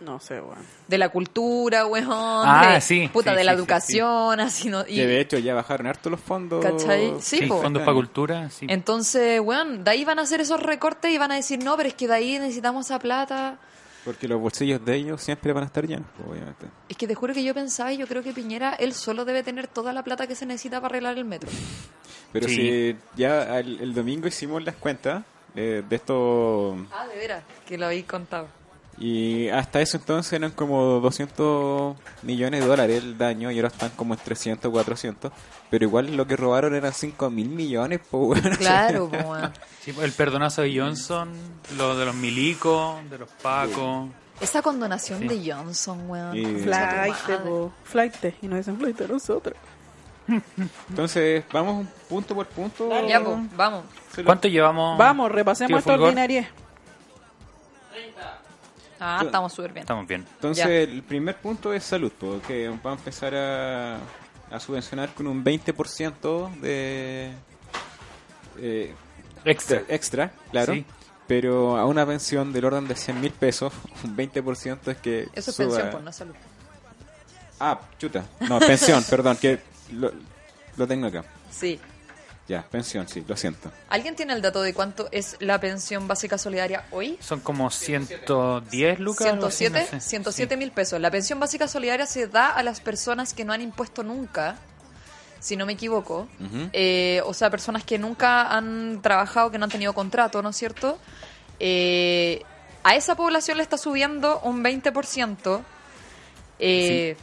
S4: No sé, weón.
S5: De la cultura, weón,
S6: Ah,
S5: de,
S6: sí,
S5: puta,
S6: sí,
S5: de la
S6: sí, sí,
S5: educación, así no, y-
S8: que de hecho ya bajaron harto los fondos.
S5: ¿Cachai? Sí, po.
S8: pues.
S6: fondos para cultura, sí.
S5: entonces, weón, de ahí van a hacer esos recortes y van a decir, no, pero es que de ahí necesitamos esa plata.
S8: Porque los bolsillos de ellos siempre van a estar llenos, po, obviamente.
S5: Es que te juro que yo pensaba, y yo creo que Piñera, él solo debe tener toda la plata que se necesita para arreglar el metro.
S8: Pero
S6: Sí.
S8: si ya el, el domingo hicimos las cuentas eh, de esto
S5: Ah, de veras, que lo habéis contado.
S8: y hasta eso entonces eran como 200 millones de dólares el daño y ahora están como en 300, 400. Pero igual lo que robaron eran 5 mil millones, pues
S5: Claro, po, weón.
S6: Sí, pues, el perdonazo de Johnson, lo de los milicos, de los pacos.
S5: Esa condonación de Johnson, weón.
S8: Y-
S5: Concha tu
S4: Flight,
S5: madre.
S4: po. Flight, y nos dicen flight a nosotros.
S8: Entonces, vamos punto por punto.
S5: Ya,
S2: pues.
S5: po, vamos.
S8: Se lo-
S6: ¿Cuánto llevamos?
S4: Vamos, repasemos
S6: Tío
S4: esta
S6: Fulgor.
S4: ordinaria.
S5: Ah, estamos súper bien.
S6: Estamos bien.
S8: Entonces,
S5: Ya.
S8: el primer punto es salud, porque va a empezar a, a subvencionar con un 20% de eh,
S6: Extra.
S8: extra, claro.
S6: Sí.
S8: Pero a una pensión del orden de 100 mil pesos, un 20% es que.
S5: Eso es
S8: suba-
S5: pensión, por no es salud.
S8: Ah, chuta. No, pensión, perdón, que lo, lo tengo acá.
S5: Sí.
S8: Ya, pensión, sí, lo siento.
S5: ¿Alguien tiene el dato de cuánto es la pensión básica solidaria hoy?
S6: Son como 110 lucas. algo así, no
S5: 107
S6: sé.
S5: 107 mil pesos. La pensión básica solidaria se da a las personas que no han impuesto nunca, si no me equivoco. Eh, o sea, personas que nunca han trabajado, que no han tenido contrato, ¿no es cierto? Eh, a esa población le está subiendo un 20%. Eh,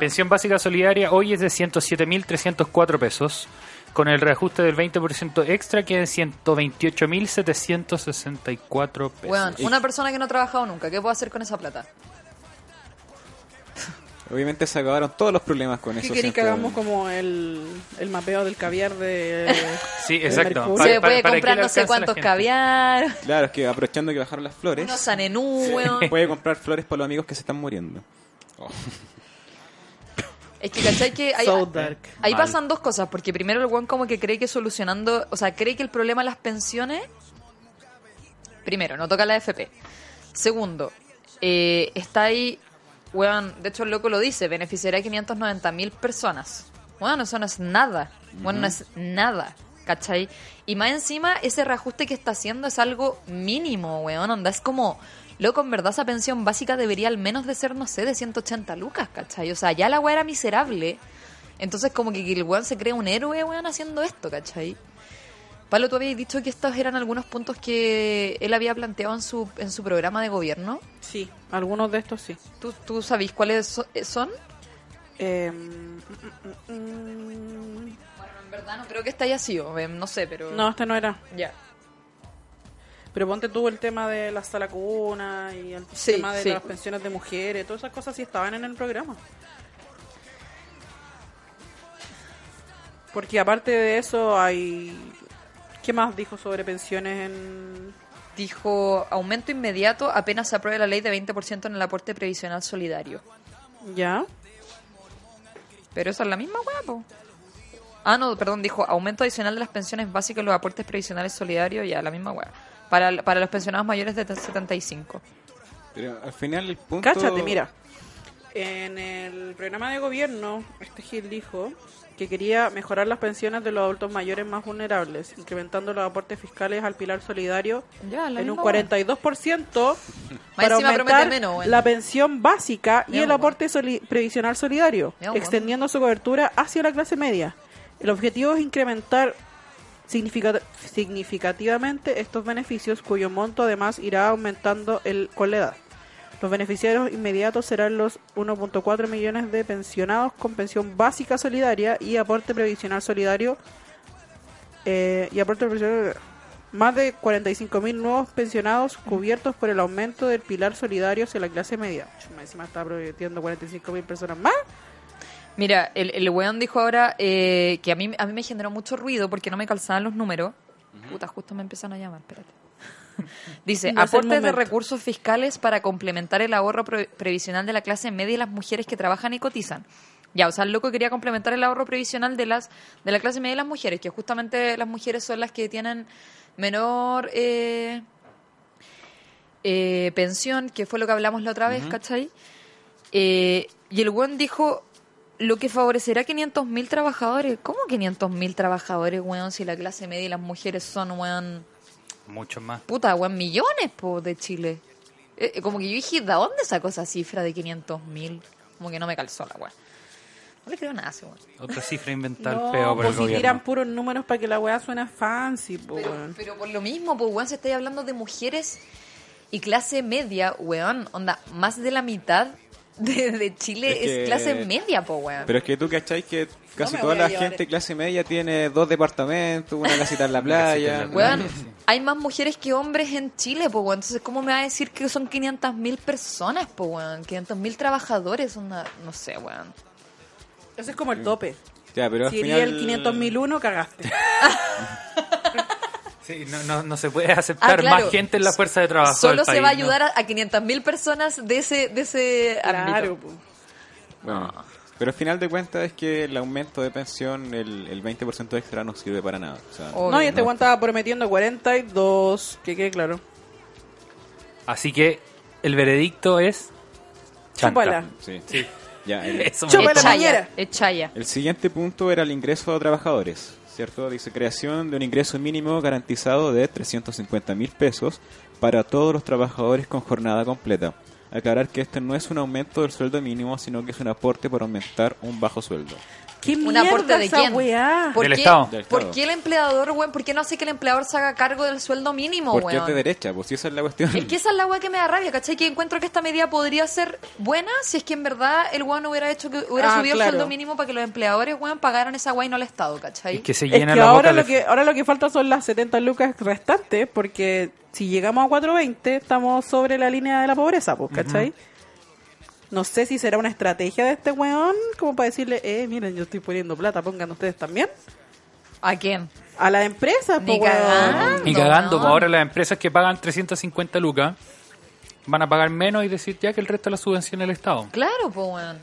S6: Pensión básica solidaria hoy es de 107.304 pesos, con el reajuste del 20% extra que es 128.764 pesos.
S5: weón, una persona que no ha trabajado nunca, ¿qué puedo hacer con esa plata?
S8: Obviamente se acabaron todos los problemas con
S4: ¿Qué
S8: eso.
S4: queréis que
S8: siento.
S4: hagamos como el, el mapeo del caviar de...
S6: Sí,
S4: de
S6: exacto.
S4: Mercurio?
S6: Para-
S5: Se puede
S6: para que
S5: comprar
S6: le
S5: no sé
S6: alcance a la
S5: cuántos
S6: gente.
S5: caviar,
S8: Claro, es que aprovechando que bajaron las flores.
S5: unos sanenú, weón.
S8: Puede comprar flores para los amigos que se están muriendo.
S5: Es que, ¿cachai? Que hay,
S4: So dark.
S5: Ahí
S6: Mal.
S5: pasan dos cosas, porque primero el weón como que cree que solucionando, o sea, cree que el problema de las pensiones, primero, no toca la AFP. Segundo, eh, está ahí, weón, de hecho el loco lo dice, beneficiará a 590 mil personas. Bueno, eso no es nada, bueno, no es nada, ¿cachai? Y más encima, ese reajuste que está haciendo es algo mínimo, weón, onda, es como... Loco, en verdad esa pensión básica debería al menos de ser, no sé, de 180 lucas, ¿cachai? O sea, ya la weá era miserable. Entonces, como que el weón se cree un héroe, weón, haciendo esto, ¿cachai? Pablo, tú habías dicho que estos eran algunos puntos que él había planteado en su, en su programa de gobierno.
S4: Sí, algunos de estos sí.
S5: ¿Tú, tú sabís cuáles so- eh, son?
S4: Eh, mm, mm, mm,
S5: Bueno, en verdad Ah, no creo que esta haya sido, eh, no sé, pero...
S4: no, este no era.
S5: Ya.
S4: Pero ponte tú el tema de la sala cuna y el
S5: Sí,
S4: tema de
S5: sí.
S4: las pensiones de mujeres, todas esas cosas sí estaban en el programa. Porque aparte de eso hay... ¿Qué más dijo sobre pensiones en...?
S5: Dijo, aumento inmediato apenas se apruebe la ley de 20% en el aporte previsional solidario.
S4: ¿Ya?
S5: Pero esa es la misma weá, po. Ah, no, perdón, dijo aumento adicional de las pensiones básicas y los aportes previsionales solidarios, ya, la misma weá. Para, para los pensionados mayores de 75.
S8: Pero al final el punto.
S4: Cáchate, mira. En el programa de gobierno, este Gil dijo que quería mejorar las pensiones de los adultos mayores más vulnerables, incrementando los aportes fiscales al pilar solidario
S5: Ya, la
S4: en un
S5: misma
S4: 42% para
S5: encima promete
S4: aumentar
S5: menos, bueno.
S4: la pensión básica y
S5: Ya,
S4: el
S5: bueno.
S4: aporte soli- previsional solidario,
S5: Ya, bueno.
S4: extendiendo su cobertura hacia la clase media. El objetivo es incrementar significa- significativamente estos beneficios, cuyo monto además irá aumentando el, con la edad. Los beneficiarios inmediatos serán los 1.4 millones de pensionados con pensión básica solidaria y aporte previsional solidario eh, y aporte previsional más de 45.000 nuevos pensionados cubiertos por el aumento del pilar solidario hacia la clase media. Chuma, Encima está prometiendo 45.000 personas más.
S5: Mira, el, el weón dijo ahora eh, que a mí, a mí me generó mucho ruido porque no me calzaban los números. Puta, justo me empiezan a llamar, espérate. Dice,
S4: No es el
S5: aportes de
S4: momento.
S5: recursos fiscales para complementar el ahorro pre- previsional de la clase media y las mujeres que trabajan y cotizan. Ya, o sea, el loco quería complementar el ahorro previsional de las de la clase media y las mujeres, que justamente las mujeres son las que tienen menor eh, eh, pensión, que fue lo que hablamos la otra vez, ¿cachai? Eh, y el weón dijo, lo que favorecerá a 500.000 trabajadores. ¿Cómo 500.000 trabajadores, weón, si la clase media y las mujeres son, weón,
S6: Mucho más.
S5: puta, weón, millones po, de Chile? Eh, eh, como que yo dije, ¿de dónde sacó esa cifra de 500.000? Como que no me calzó la weón. No le creo nada a ese weón.
S6: Otra cifra inventada
S4: No,
S6: peo por el
S4: pues si tiran
S6: gobierno.
S4: puros números para que la weá suena fancy, po,
S5: Pero,
S4: weón.
S5: pero por lo mismo, pues, weón, se está hablando de mujeres y clase media, weón. Onda, más de la mitad de, de Chile es,
S8: Es que-
S5: clase media, pues, weón.
S8: Pero es que tú cachai que casi
S4: me
S8: toda
S4: voy a
S8: la
S4: llevar
S8: gente
S4: esto.
S8: clase media tiene dos departamentos, una casita en la
S6: casita
S8: playa.
S6: en la playa.
S5: Weón, hay más mujeres que hombres en Chile, po, weón. Entonces, ¿cómo me va a decir que son 500.000 personas, po, weón? 500.000 trabajadores, onda, no sé, weón.
S4: Ese es como el tope.
S8: Ya, pero al
S4: Si
S8: final-
S4: iría el 500.001, cagaste.
S6: Sí, no, no, no se puede aceptar
S5: Ah, claro.
S6: más gente en la fuerza de trabajo.
S5: Solo
S6: del
S5: se
S6: país,
S5: va a
S6: ¿no?
S5: ayudar a, a 500.000 personas de ese, de ese
S4: claro,
S5: ámbito.
S4: po.
S8: Bueno, pero al final de cuentas es que el aumento de pensión, el, el 20% extra no sirve para nada. O sea,
S5: Obvio.
S4: No, y este
S8: no.
S4: weón estaba prometiendo 42, que quede claro.
S6: Así que el veredicto es. Chanta.
S4: Chúpala.
S8: sí.
S6: Sí.
S8: Ya, el,
S6: Eso
S4: Chúpala.
S6: me-
S4: Chúpale,
S5: Echaya,
S4: mañera.
S5: echaya.
S8: el siguiente punto era el ingreso a trabajadores, ¿cierto? Dice creación de un ingreso mínimo garantizado de 350 mil pesos para todos los trabajadores con jornada completa. Aclarar que este no es un aumento del sueldo mínimo, sino que es un aporte para aumentar un bajo sueldo.
S4: ¿Qué
S5: ¿Un
S4: mierda
S5: aporte de
S4: esa
S5: quién?
S4: weá?
S5: ¿Por
S6: Del
S5: qué,
S6: Estado.
S8: Del
S5: ¿Por
S8: Estado.
S5: qué el empleador, weón? ¿Por qué no hace que el empleador se haga cargo del sueldo mínimo,
S8: Porque
S5: weón?
S8: es de derecha, pues si esa es la cuestión.
S5: Es que esa es la weá que me da rabia, ¿cachai? Que encuentro que esta medida podría ser buena si es que en verdad el weón hubiera hecho que hubiera
S4: Ah,
S5: subido
S4: claro.
S5: el sueldo mínimo para que los empleadores, weón, pagaran esa weá y no al Estado, ¿cachai?
S6: Y que se
S4: Es
S6: llena
S4: que
S6: la boca
S4: ahora
S6: de-
S4: lo que, ahora lo que falta son las 70 lucas restantes, porque si llegamos a 420 estamos sobre la línea de la pobreza, pues, ¿cachai? No sé si será una estrategia de este weón, como para decirle, eh, miren, yo estoy poniendo plata, pongan ustedes también.
S5: ¿A quién?
S4: A las empresas,
S5: Ni
S4: pues, weón.
S5: cagando,
S6: Y cagando,
S5: weón.
S6: pues ahora las empresas que pagan 350 lucas van a pagar menos y decir ya que el resto la subvenciona el Estado.
S5: Claro, pues weón.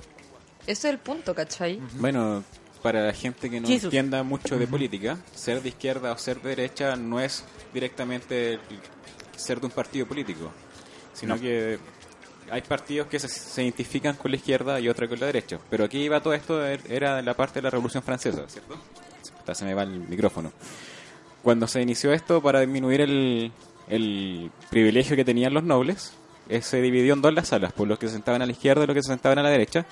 S5: Ese es el punto, ¿cachai?
S8: Bueno, para la gente que no
S4: Jesus.
S8: entienda mucho de política, ser de izquierda o ser de derecha no es directamente el ser de un partido político, sino que hay partidos que se, se identifican con la izquierda y otros con la derecha. Pero aquí iba todo esto, er- era la parte de la Revolución Francesa, ¿cierto? Puta, Se me va el micrófono. Cuando se inició esto para disminuir el, el privilegio que tenían los nobles, eh, se dividió en dos las salas, por los que se sentaban a la izquierda y los que se sentaban a la derecha.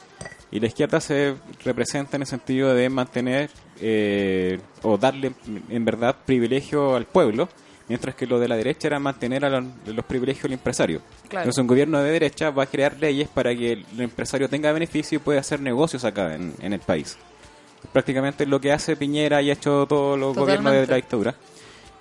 S8: Y la izquierda se representa en el sentido de mantener eh, o darle en verdad privilegio al pueblo, mientras que lo de la derecha era mantener a los, los privilegios del empresario.
S5: Claro.
S8: Entonces un gobierno de derecha va a crear leyes para que el empresario tenga beneficio y pueda hacer negocios acá en- en el país prácticamente lo que hace Piñera y ha hecho todos los gobiernos de
S5: Totalmente.
S8: la dictadura.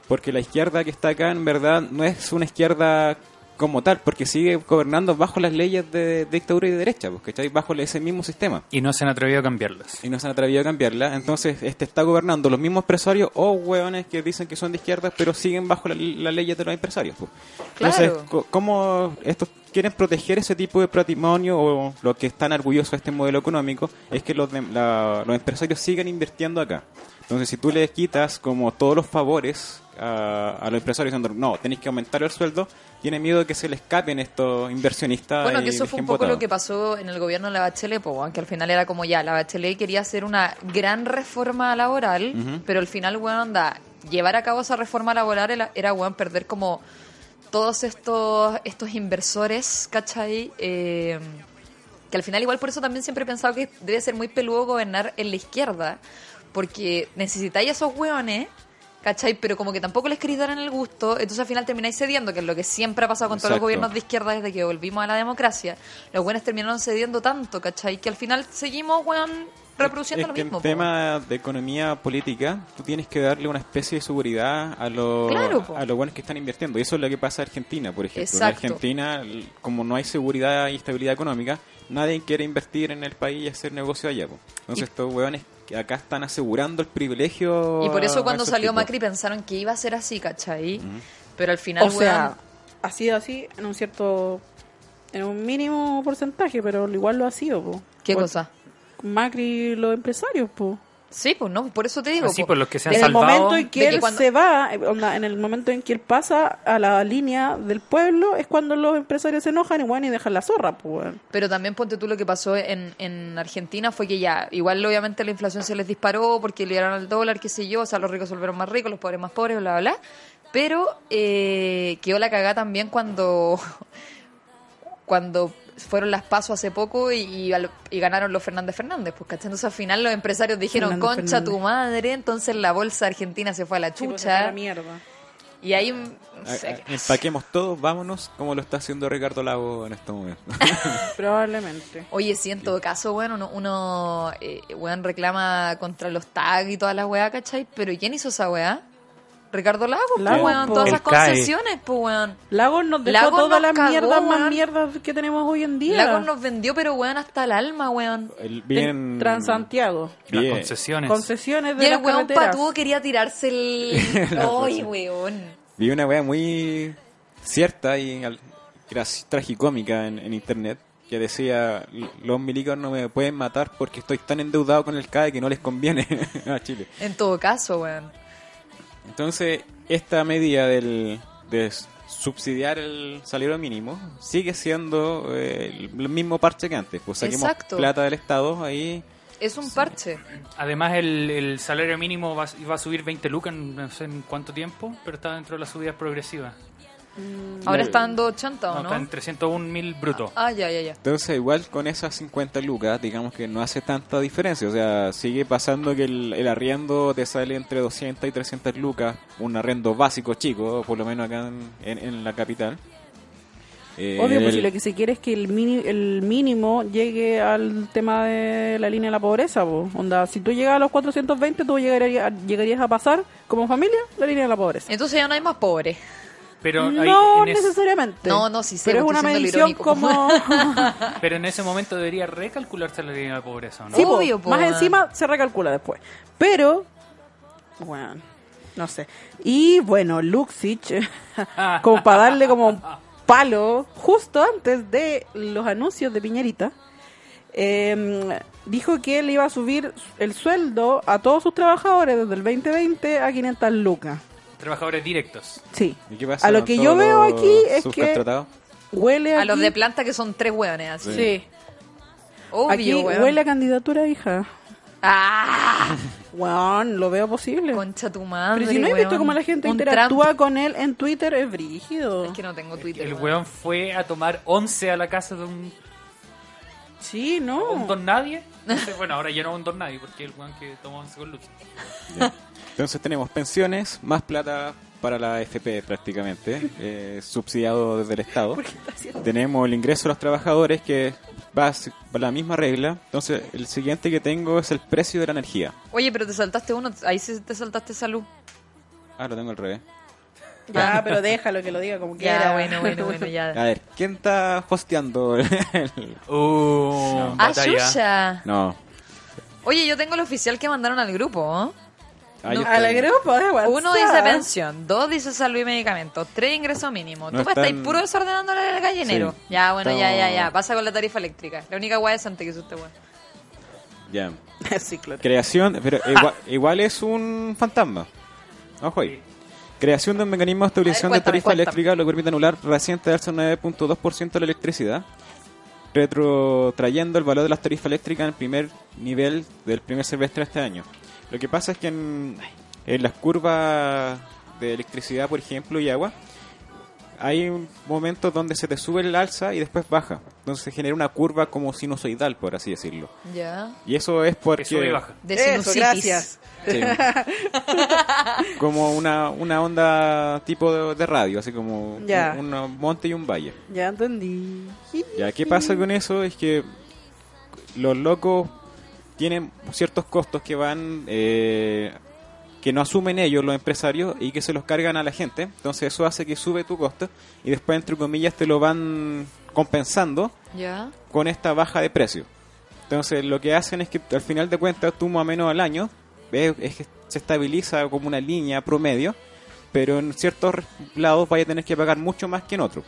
S8: Porque la izquierda que está acá en verdad no es una izquierda como tal, porque sigue gobernando bajo las leyes de dictadura y de derecha, porque está bajo ese mismo sistema.
S6: Y no se han atrevido a cambiarlas.
S8: Y no se han atrevido a cambiarla. Entonces, este está gobernando los mismos empresarios o hueones que dicen que son de izquierda, pero siguen bajo la- las leyes de los empresarios. pues. Entonces,
S5: Claro.
S8: co- ¿cómo estos quieren proteger ese tipo de patrimonio o lo que están orgullosos de este modelo económico? Es que los, de- la- los empresarios sigan invirtiendo acá. Entonces, si tú les quitas como todos los favores a, a los empresarios diciendo, no, tenéis que aumentar el sueldo, tiene miedo de que se le escapen estos inversionistas.
S5: Bueno,
S8: Ah, y
S5: que eso fue
S8: dejen
S5: un poco
S8: botado.
S5: lo que pasó en el gobierno de la Bachelet, po, weón, que al final era como ya, la Bachelet quería hacer una gran reforma laboral, pero al final, bueno, anda, llevar a cabo esa reforma laboral era, era weón, perder como todos estos, estos inversores, ¿cachai? Eh, que al final igual por eso también siempre he pensado que debe ser muy peludo gobernar en la izquierda, porque necesitáis a esos hueones, ¿cachai? Pero como que tampoco les queréis dar en el gusto, entonces al final termináis cediendo, que es lo que siempre ha pasado con todos los
S8: Exacto.
S5: gobiernos de izquierda desde que volvimos a la democracia. Los hueones terminaron cediendo tanto, ¿cachai? Que al final seguimos, hueón, reproduciendo
S8: es
S5: lo
S8: que
S5: mismo.
S8: En
S5: po.
S8: tema de economía política, tú tienes que darle una especie de seguridad a, los
S5: Claro, po.
S8: a los buenos que están invirtiendo. Y eso es lo que pasa en Argentina, por ejemplo. En
S5: Exacto.
S8: Argentina, l- como no hay seguridad y estabilidad económica, nadie quiere invertir en el país y hacer negocio allá. po. Entonces,
S5: Y-
S8: estos hueones que acá están asegurando el privilegio.
S5: Y por
S8: a-
S5: eso
S8: a
S5: cuando
S8: esos
S5: salió
S8: tipos.
S5: Macri pensaron que iba a ser así, ¿cachai? Pero al final,
S4: O sea,
S5: hueón,
S4: ha sido así en un cierto, en un mínimo porcentaje, pero igual lo ha sido. po.
S5: ¿qué
S4: Por-
S5: cosa?
S4: Macri y los empresarios, po.
S5: Sí, pues no, por eso te digo.
S6: Así
S5: po.
S6: Ah, por los que se han
S4: en el
S6: salvado.
S4: momento en
S5: de
S4: que
S5: que
S4: él
S5: cuando-
S4: se va, eh, onda, en el momento en que él pasa a la línea del pueblo, es cuando los empresarios se enojan y, bueno, y dejan la zorra, pues.
S5: Pero también ponte tú lo que pasó en, en Argentina fue que ya, igual obviamente la inflación se les disparó porque le dieron al dólar, qué sé yo, o sea, los ricos se volvieron más ricos, los pobres más pobres, bla, bla, bla. Pero eh, quedó la cagada también cuando, cuando fueron las pasos hace poco y, y al- y ganaron los Fernández Fernández. Pues, ¿cachai? Entonces al final los empresarios dijeron,
S4: Fernández
S5: concha tu
S4: Fernández".
S5: madre, entonces la bolsa argentina se fue a la
S4: pues,
S5: chucha.
S4: mierda.
S5: y ahí... no
S8: A- a-
S5: sé qué pasó.
S8: Empaquemos todos, vámonos, como lo está haciendo Ricardo Lago en este estos momentos.
S4: Probablemente.
S5: Oye, sí, en todo caso, bueno, uno, uno eh, weón, reclama contra los tags y toda la weá, ¿cachai? Pero ¿quién hizo esa weá? Ricardo Lagos, pues,
S4: Lagos,
S5: weón,
S4: po.
S5: todas
S6: Él
S5: esas
S6: cae.
S5: concesiones, pues, weón.
S4: Lagos nos dejó
S5: Lagos
S4: todas
S5: nos
S4: las
S5: cagó,
S4: mierdas
S5: weón.
S4: más mierdas que tenemos hoy en día.
S5: Lagos nos vendió, pero weón, hasta el alma, weón.
S8: El- bien.
S4: Transantiago.
S6: Las
S8: bien.
S6: concesiones.
S4: Concesiones
S5: Y
S4: de
S5: el
S4: las
S5: weón
S4: carreteras.
S5: patudo quería tirarse el... ¡Ay, weón!
S8: Vi una wea muy cierta y al- gras- tragicómica en, en internet que decía: Los milicos no me pueden matar porque estoy tan endeudado con el CAE que no les conviene a Chile.
S5: En todo caso, weón.
S8: Entonces, esta medida del, de s- subsidiar el salario mínimo sigue siendo eh, el mismo parche que antes. Pues saquemos
S5: Exacto.
S8: plata del Estado ahí.
S5: Es un parche.
S6: Además, el, el salario mínimo va, va a subir 20 lucas en no sé en cuánto tiempo, pero está dentro de las subidas progresivas.
S5: Ahora está dando 80, ¿o
S6: No,
S5: no?
S6: Está en 301 mil bruto.
S5: Ah, ya, ya, ya.
S8: Entonces, igual con esas 50 lucas, digamos que no hace tanta diferencia. O sea, sigue pasando que el, el arriendo te sale entre 200 y 300 lucas, un arriendo básico chico, por lo menos acá en, en- en la capital. Eh,
S4: Obvio, pues
S8: el-
S4: si lo que se quiere es que el, mini- el mínimo llegue al tema de la línea de la pobreza, po. Onda, si tú llegas a los 420, tú llegarías, llegarías a pasar, como familia, la línea de la pobreza.
S5: Entonces ya no hay más pobres.
S6: Pero, ahí
S4: no
S6: en es-
S4: necesariamente.
S5: No, no, sí sé,
S4: Pero es
S5: estoy
S4: una
S5: siendo
S4: medición
S5: irónico, po.
S4: como...
S6: pero en ese momento debería recalcularse la línea de pobreza, ¿o ¿no?
S4: Sí, po,
S5: Obvio, pues. po,
S4: Oh, más
S5: weón.
S4: encima se recalcula después. Pero, bueno, no sé. Y bueno, Luxich, como para darle como un palo, justo antes de los anuncios de Piñerita, eh, dijo que él iba a subir el sueldo a todos sus trabajadores desde el 2020 a 500 lucas.
S6: Trabajadores directos.
S4: Sí.
S8: ¿y qué pasa
S4: a lo
S8: con
S4: que
S8: todos
S4: yo veo
S8: los
S4: aquí es que
S8: subcontratados?
S4: huele
S5: A los
S4: aquí-
S5: de planta que son tres weones, así.
S4: Sí.
S5: Obvio,
S4: Aquí
S5: weón.
S4: huele a candidatura, hija.
S5: ¡Ah!
S4: Weón, lo veo posible.
S5: Concha tu madre.
S4: Pero si no he visto
S5: weón.
S4: cómo la gente
S5: Un
S4: interactúa
S5: Trump.
S4: con él en Twitter, es brígido.
S5: Es que no tengo Twitter.
S6: El
S5: weón.
S6: weón fue a tomar 11 a la casa de un,
S4: Sí,
S6: un
S4: no.
S6: don nadie. Entonces, bueno, ahora ya no es un don nadie, porque el weón que tomó 11 con Lucho.
S8: Ya. Entonces tenemos pensiones, más plata para la FP prácticamente, eh, subsidiado desde el Estado. Tenemos el ingreso de los trabajadores que va a ser la misma regla. Entonces el siguiente que tengo es el precio de la energía.
S5: Oye, pero te saltaste uno. Ahí sí te saltaste salud.
S8: Ah, lo tengo al revés.
S4: Ya, pero déjalo que lo diga como
S5: Ya,
S4: quiera.
S5: bueno, bueno, bueno,
S8: A
S5: ya.
S8: ver, ¿quién está hosteando? el-
S6: Uh,
S5: ¡Ah,
S6: batalla.
S5: Xuxa!
S8: No.
S5: Oye, yo tengo el oficial que mandaron al grupo. ¿eh?
S8: Ah, yo
S4: A la
S8: estoy-
S4: grupo de WhatsApp.
S5: Uno dice pensión, dos dice salud y medicamentos, tres ingreso mínimo.
S8: No
S5: Tú me estás
S8: están-
S5: puro desordenando el gallinero.
S8: Sí.
S5: Ya, bueno, ya, ya, ya.
S8: Estamos-
S5: Pasa con la tarifa eléctrica. La única guay es antes que usted, weón.
S8: Ya.
S4: sí, claro.
S8: Creación, pero igua- igual, es un fantasma. Ojo ahí. Creación de un mecanismo de estabilización
S5: A ver,
S8: de tarifa
S5: cuéntame,
S8: eléctrica lo que permite anular reciente alza de 9.2% de la electricidad, retrotrayendo el valor de las tarifas eléctricas en el primer nivel del primer semestre de este año. Lo que pasa es que en, en las curvas de electricidad, por ejemplo, y agua, hay un momento donde se te sube el alza y después baja. Entonces se genera una curva como sinusoidal, por así decirlo.
S5: Ya.
S8: Y eso es porque...
S6: Que sube y baja.
S5: De
S4: Eso,
S5: sinusitis.
S4: gracias.
S8: Sí. como una, una onda tipo de, de radio, así como un-
S4: Ya.
S8: un, monte y un valle.
S4: Ya entendí.
S8: Ya, ¿qué pasa con eso? Es que los locos tienen ciertos costos que van eh, que no asumen ellos los empresarios y que se los cargan a la gente. Entonces eso hace que sube tu costo y después entre comillas te lo van compensando
S5: Ya.
S8: con esta baja de precio. Entonces lo que hacen es que al final de cuentas tú más o menos al año ves es que se estabiliza como una línea promedio, pero en ciertos lados vaya a tener que pagar mucho más que en otros.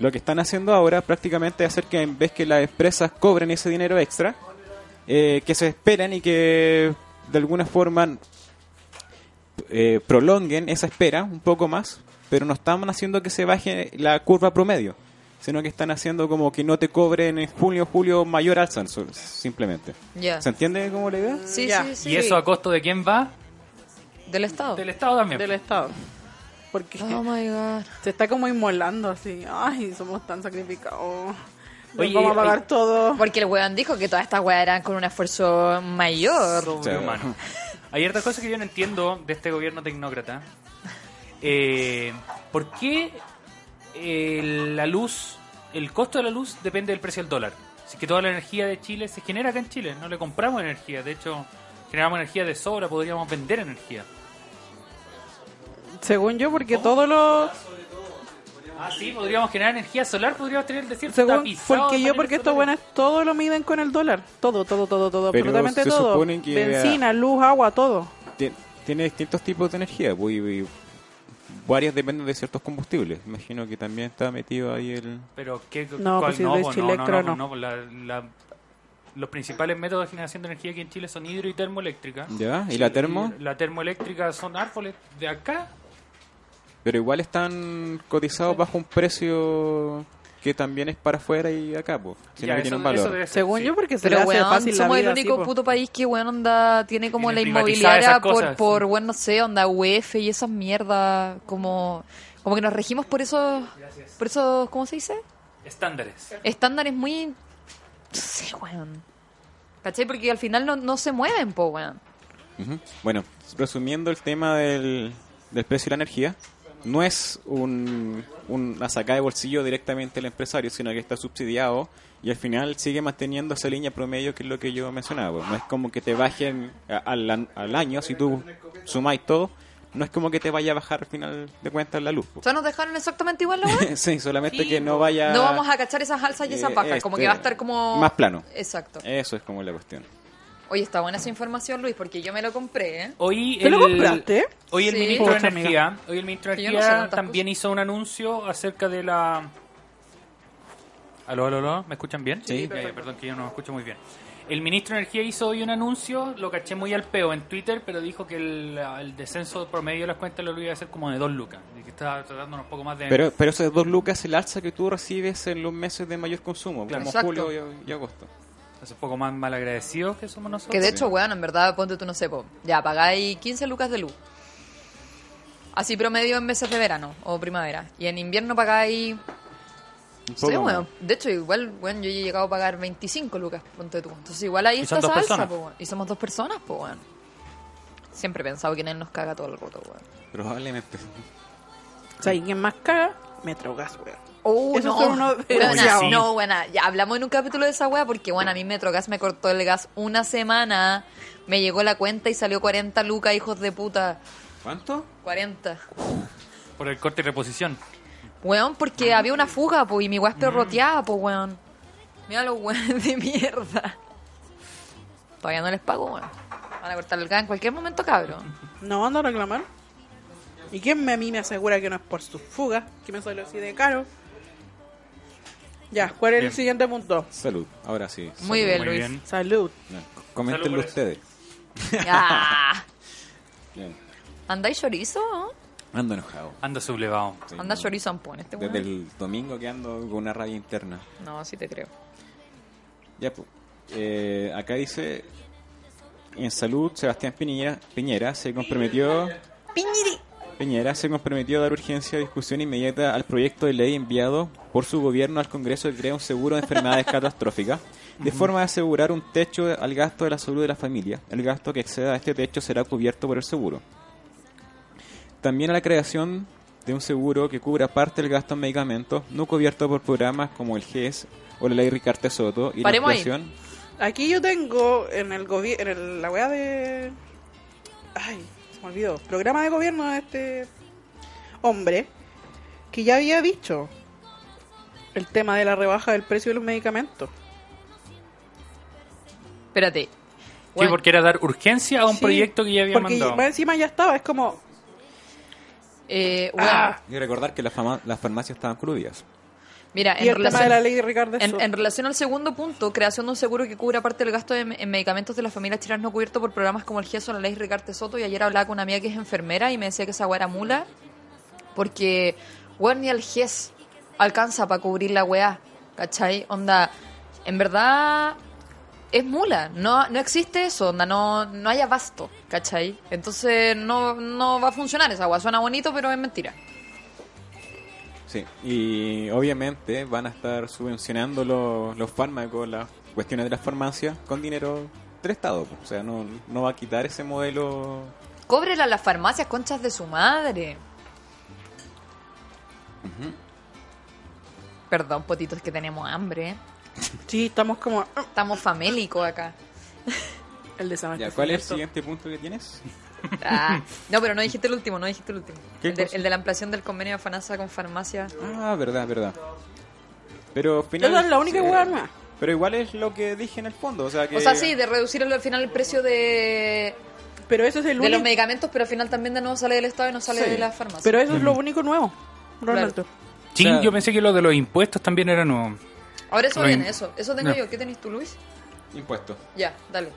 S8: Lo que están haciendo ahora prácticamente es hacer que en vez que las empresas cobren ese dinero extra, eh, que se esperen y que de alguna forma eh, prolonguen esa espera un poco más, pero no están haciendo que se baje la curva promedio, sino que están haciendo como que no te cobren en junio, julio mayor alza, so- simplemente.
S5: Ya.
S8: ¿Se entiende como la idea?
S5: Sí,
S4: Ya.
S5: sí, sí.
S6: ¿Y eso a costo de quién va?
S5: Del Estado.
S6: Del Estado también.
S4: Del Estado. Porque
S5: Oh my god.
S4: se está como inmolando así. Ay, somos tan sacrificados. Nos
S6: Oye,
S4: vamos a pagar
S5: eh,
S6: oye.
S4: todo.
S5: Porque el weón dijo que todas estas weas eran con un esfuerzo mayor.
S6: Sobrehumano. Hay otras cosas que yo no entiendo de este gobierno tecnócrata. Eh, ¿Por qué eh, la luz, el costo de la luz depende del precio del dólar? Así que toda la energía de Chile se genera acá en Chile, no le compramos energía, de hecho generamos energía de sobra, podríamos vender energía.
S4: Según yo, porque todos los...
S6: Ah, sí, podríamos generar energía solar, podríamos tener el desierto
S4: Según,
S6: tapizado
S4: porque
S6: de
S4: yo,
S6: paneles
S4: porque estos
S6: solares.
S4: buenos todo lo miden con el dólar. Todo, todo, todo, todo,
S8: Pero
S4: absolutamente
S8: se
S4: todo.
S8: supone que-
S4: Benzina, luz, agua, todo.
S8: Ti- Tiene distintos tipos de energía, pues, y- y varias dependen de ciertos combustibles. Imagino que también está metido ahí el...
S6: Pero ¿qué,
S4: No,
S6: cuál?
S4: pues si
S6: no,
S4: de
S6: pues no, no,
S4: Chilectro
S6: no,
S4: no.
S6: no, pues la- la- los principales métodos de generación de energía aquí en Chile son hidro y termoeléctrica.
S8: ¿Ya? ¿Y la termo?
S6: Y La termoeléctrica son árboles de acá.
S8: Pero igual están cotizados bajo un precio que también es para afuera y acá, pues. Sino
S6: Ya,
S8: que
S6: eso-
S8: tiene un
S6: eso
S8: valor.
S6: debe ser,
S4: Según
S6: sí.
S4: yo, porque se le
S5: Pero
S4: hace
S5: weón,
S4: fácil la
S5: somos el
S4: vida,
S5: único
S4: sí, po.
S5: puto país que weón onda tiene como
S6: Tiene
S5: la
S6: privatizadas esas
S5: inmobiliaria por,
S6: cosas,
S5: por
S6: sí.
S5: weón no sé, onda UF y esas mierdas como como que nos regimos por esos por esos ¿cómo se dice?
S6: Estándares.
S5: Estándares muy no sé, weón. ¿Cachai? Porque al final no, no se mueven, po, weón.
S8: Ujú. Bueno, resumiendo el tema del, del precio de la energía, no es un, una sacada de bolsillo directamente al empresario, sino que está subsidiado y al final sigue manteniendo esa línea promedio que es lo que yo mencionaba. pues. No es como que te bajen a- al, an- al año, si tú sumáis todo, no es como que te vaya a bajar al final de cuentas la luz.
S5: O
S8: pues.
S5: sea, nos dejaron exactamente igual la weón.
S8: sí, solamente
S6: Sí,
S8: que no
S6: pues.
S8: vaya...
S5: No vamos a cachar esas alzas y esas
S8: eh,
S5: bajas, como
S8: este,
S5: que va a estar como
S8: Más plano.
S5: Exacto.
S8: Eso es como la cuestión.
S5: Oye, está buena esa información, Luis, porque yo me lo compré, ¿eh?
S6: Hoy
S4: ¿Te
S6: el,
S4: lo compraste?
S6: Hoy el
S5: Sí.
S6: ministro de
S4: Pucha,
S6: Energía, hoy el ministro de
S5: Que yo no
S6: Energía
S5: sé tantas
S6: también hizo un anuncio acerca de la... Aló, aló, aló, ¿me escuchan bien?
S8: Sí.
S6: Ya, ya, perdón, que yo no me escucho muy bien. El ministro de Energía hizo hoy un anuncio, lo caché muy al peo en Twitter, pero dijo que el, el descenso promedio de las cuentas lo iba a hacer como de dos lucas. Y que estaba tratándonos un poco más de...
S8: Pero, pero esos dos lucas el alza que tú recibes en los meses de mayor consumo,
S6: Claro.
S8: como
S5: Exacto.
S8: julio y, y agosto.
S6: hace un poco más malagradecidos que somos nosotros.
S5: Que de hecho, weón, en verdad, ponte tú, no sé, po, ya pagáis 15 lucas de luz. Así promedio en meses de verano o primavera. Y en invierno pagáis...
S8: Un
S5: Sí,
S8: poco
S5: weón.
S8: más.
S5: De hecho, igual, weón, yo he llegado a pagar 25 lucas, ponte tú. Entonces, igual ahí
S6: Y
S5: está
S6: son dos
S5: esa alza,
S6: personas.
S5: po, weón. Y somos dos personas, po, weón. Siempre he pensado que él nos caga todo el rato, weón.
S8: Probablemente.
S4: O sea, ¿y quién más caga? Metrogas, weón.
S5: Oh,
S4: Esos
S5: no.
S4: son unos
S5: Weona,
S4: desgraciados.
S5: no, buena. Ya hablamos en un capítulo de esa wea porque, bueno, a mí Metrogas me cortó el gas una semana. Me llegó la cuenta y salió 40 lucas, hijos de puta.
S8: ¿Cuánto?
S5: 40.
S6: Por el corte y reposición.
S5: Weón, porque había una fuga, po, y mi wea roteaba, po, weón. Mira los weones de mierda. Todavía no les pago, weón. Van a cortar el gas en cualquier momento, cabrón.
S4: No van a reclamar. ¿Y quién me, a mí me asegura que no es por sus fugas? Que me salió así de caro. Ya, ¿cuál es
S6: Bien.
S4: el siguiente punto?
S8: Salud, ahora sí. salud.
S5: Muy bien,
S6: Muy
S5: Luis.
S6: bien.
S4: Salud.
S8: Ya, c- Coméntenlo
S6: Salud por eso.
S8: ustedes.
S5: Ah,
S8: Bien.
S5: ¿Andáis chorizo? no?
S8: Ando enojado.
S6: Anda sublevado.
S8: Sí,
S5: Anda
S8: no.
S5: chorizo ampón este
S8: Desde
S5: weón.
S8: el domingo que ando con una rabia interna.
S5: No, sí te creo.
S8: Ya, pues. Eh, acá dice: En salud, Sebastián Piñera, Piñera se comprometió. Piñera se comprometió a dar urgencia a discusión inmediata al proyecto de ley enviado por su gobierno al Congreso que crea un seguro de enfermedades catastróficas, de forma de asegurar un techo al gasto de la salud de la familia. El gasto que exceda a este techo será cubierto por el seguro. También a la creación de un seguro que cubra parte del gasto en medicamentos no cubierto por programas como el GES o la ley Ricarte Soto y
S5: Paremos
S8: la
S5: ahí.
S8: creación
S4: Aquí yo tengo en el gobi- en el- la weá de. Ay, se me olvidó. Programa de gobierno de este hombre que ya había dicho el tema de la rebaja del precio de los medicamentos.
S5: Espérate.
S6: Sí,
S5: Weón,
S6: porque era dar urgencia a un
S4: Sí,
S6: proyecto que ya había
S4: porque
S6: mandado.
S4: más encima ya estaba, es como.
S5: eh, weón,
S8: y recordar que las, fama- las farmacias estaban crudas.
S5: Mira,
S4: Y el
S5: en
S4: tema de
S5: relación,
S4: la ley de Ricardo
S5: en,
S4: Soto.
S5: en relación al segundo punto, creación de un seguro que cubra parte del gasto en, en medicamentos de las familias chilenas no cubierto por programas como el GESO, la ley Ricarte Soto, y ayer hablaba con una amiga que es enfermera y me decía que esa weá era mula, porque weón ni el GES alcanza para cubrir la weá, ¿cachai? Onda, en verdad es mula, no, no existe eso, onda, no, no hay abasto, ¿cachai? Entonces no, no va a funcionar esa weá, suena bonito pero es mentira.
S8: Sí, y obviamente van a estar subvencionando los, los fármacos, las cuestiones de las farmacias con dinero del Estado. po. O sea, no, no va a quitar ese modelo.
S5: Cóbrela a las farmacias, conchas de su madre. Perdón, potitos, que tenemos hambre. ¿eh?
S4: Sí, estamos como. ah,
S5: Estamos famélicos acá.
S4: El desamor.
S8: Ya, ¿Cuál es el siguiente punto que tienes?
S5: Ah. No, pero no dijiste el último, no dijiste el último.
S8: ¿Qué
S5: El de,
S8: cosa?
S5: el de la ampliación del convenio de FANASA con farmacia.
S8: Ah, verdad, verdad. Pero final,
S4: Esa es la única
S8: sí,
S4: hueá nueva.
S8: Pero igual es lo que dije en el fondo. O sea, que
S5: O sea, sí, de reducir el- al final el precio de,
S4: Pero eso es el
S5: de los
S4: único-
S5: medicamentos, pero al final también de nuevo sale del Estado y no sale
S8: Sí,
S5: de las farmacias.
S4: Pero eso es lo único nuevo, Roberto.
S6: Sí,
S8: O sea-
S6: yo pensé que lo de los impuestos también era nuevo.
S5: Ahora eso
S6: Lo
S5: viene,
S6: mismo.
S5: eso. Eso tengo
S6: No.
S5: yo. ¿Qué tenés tú, Luis?
S8: Impuestos.
S5: Ya, dale.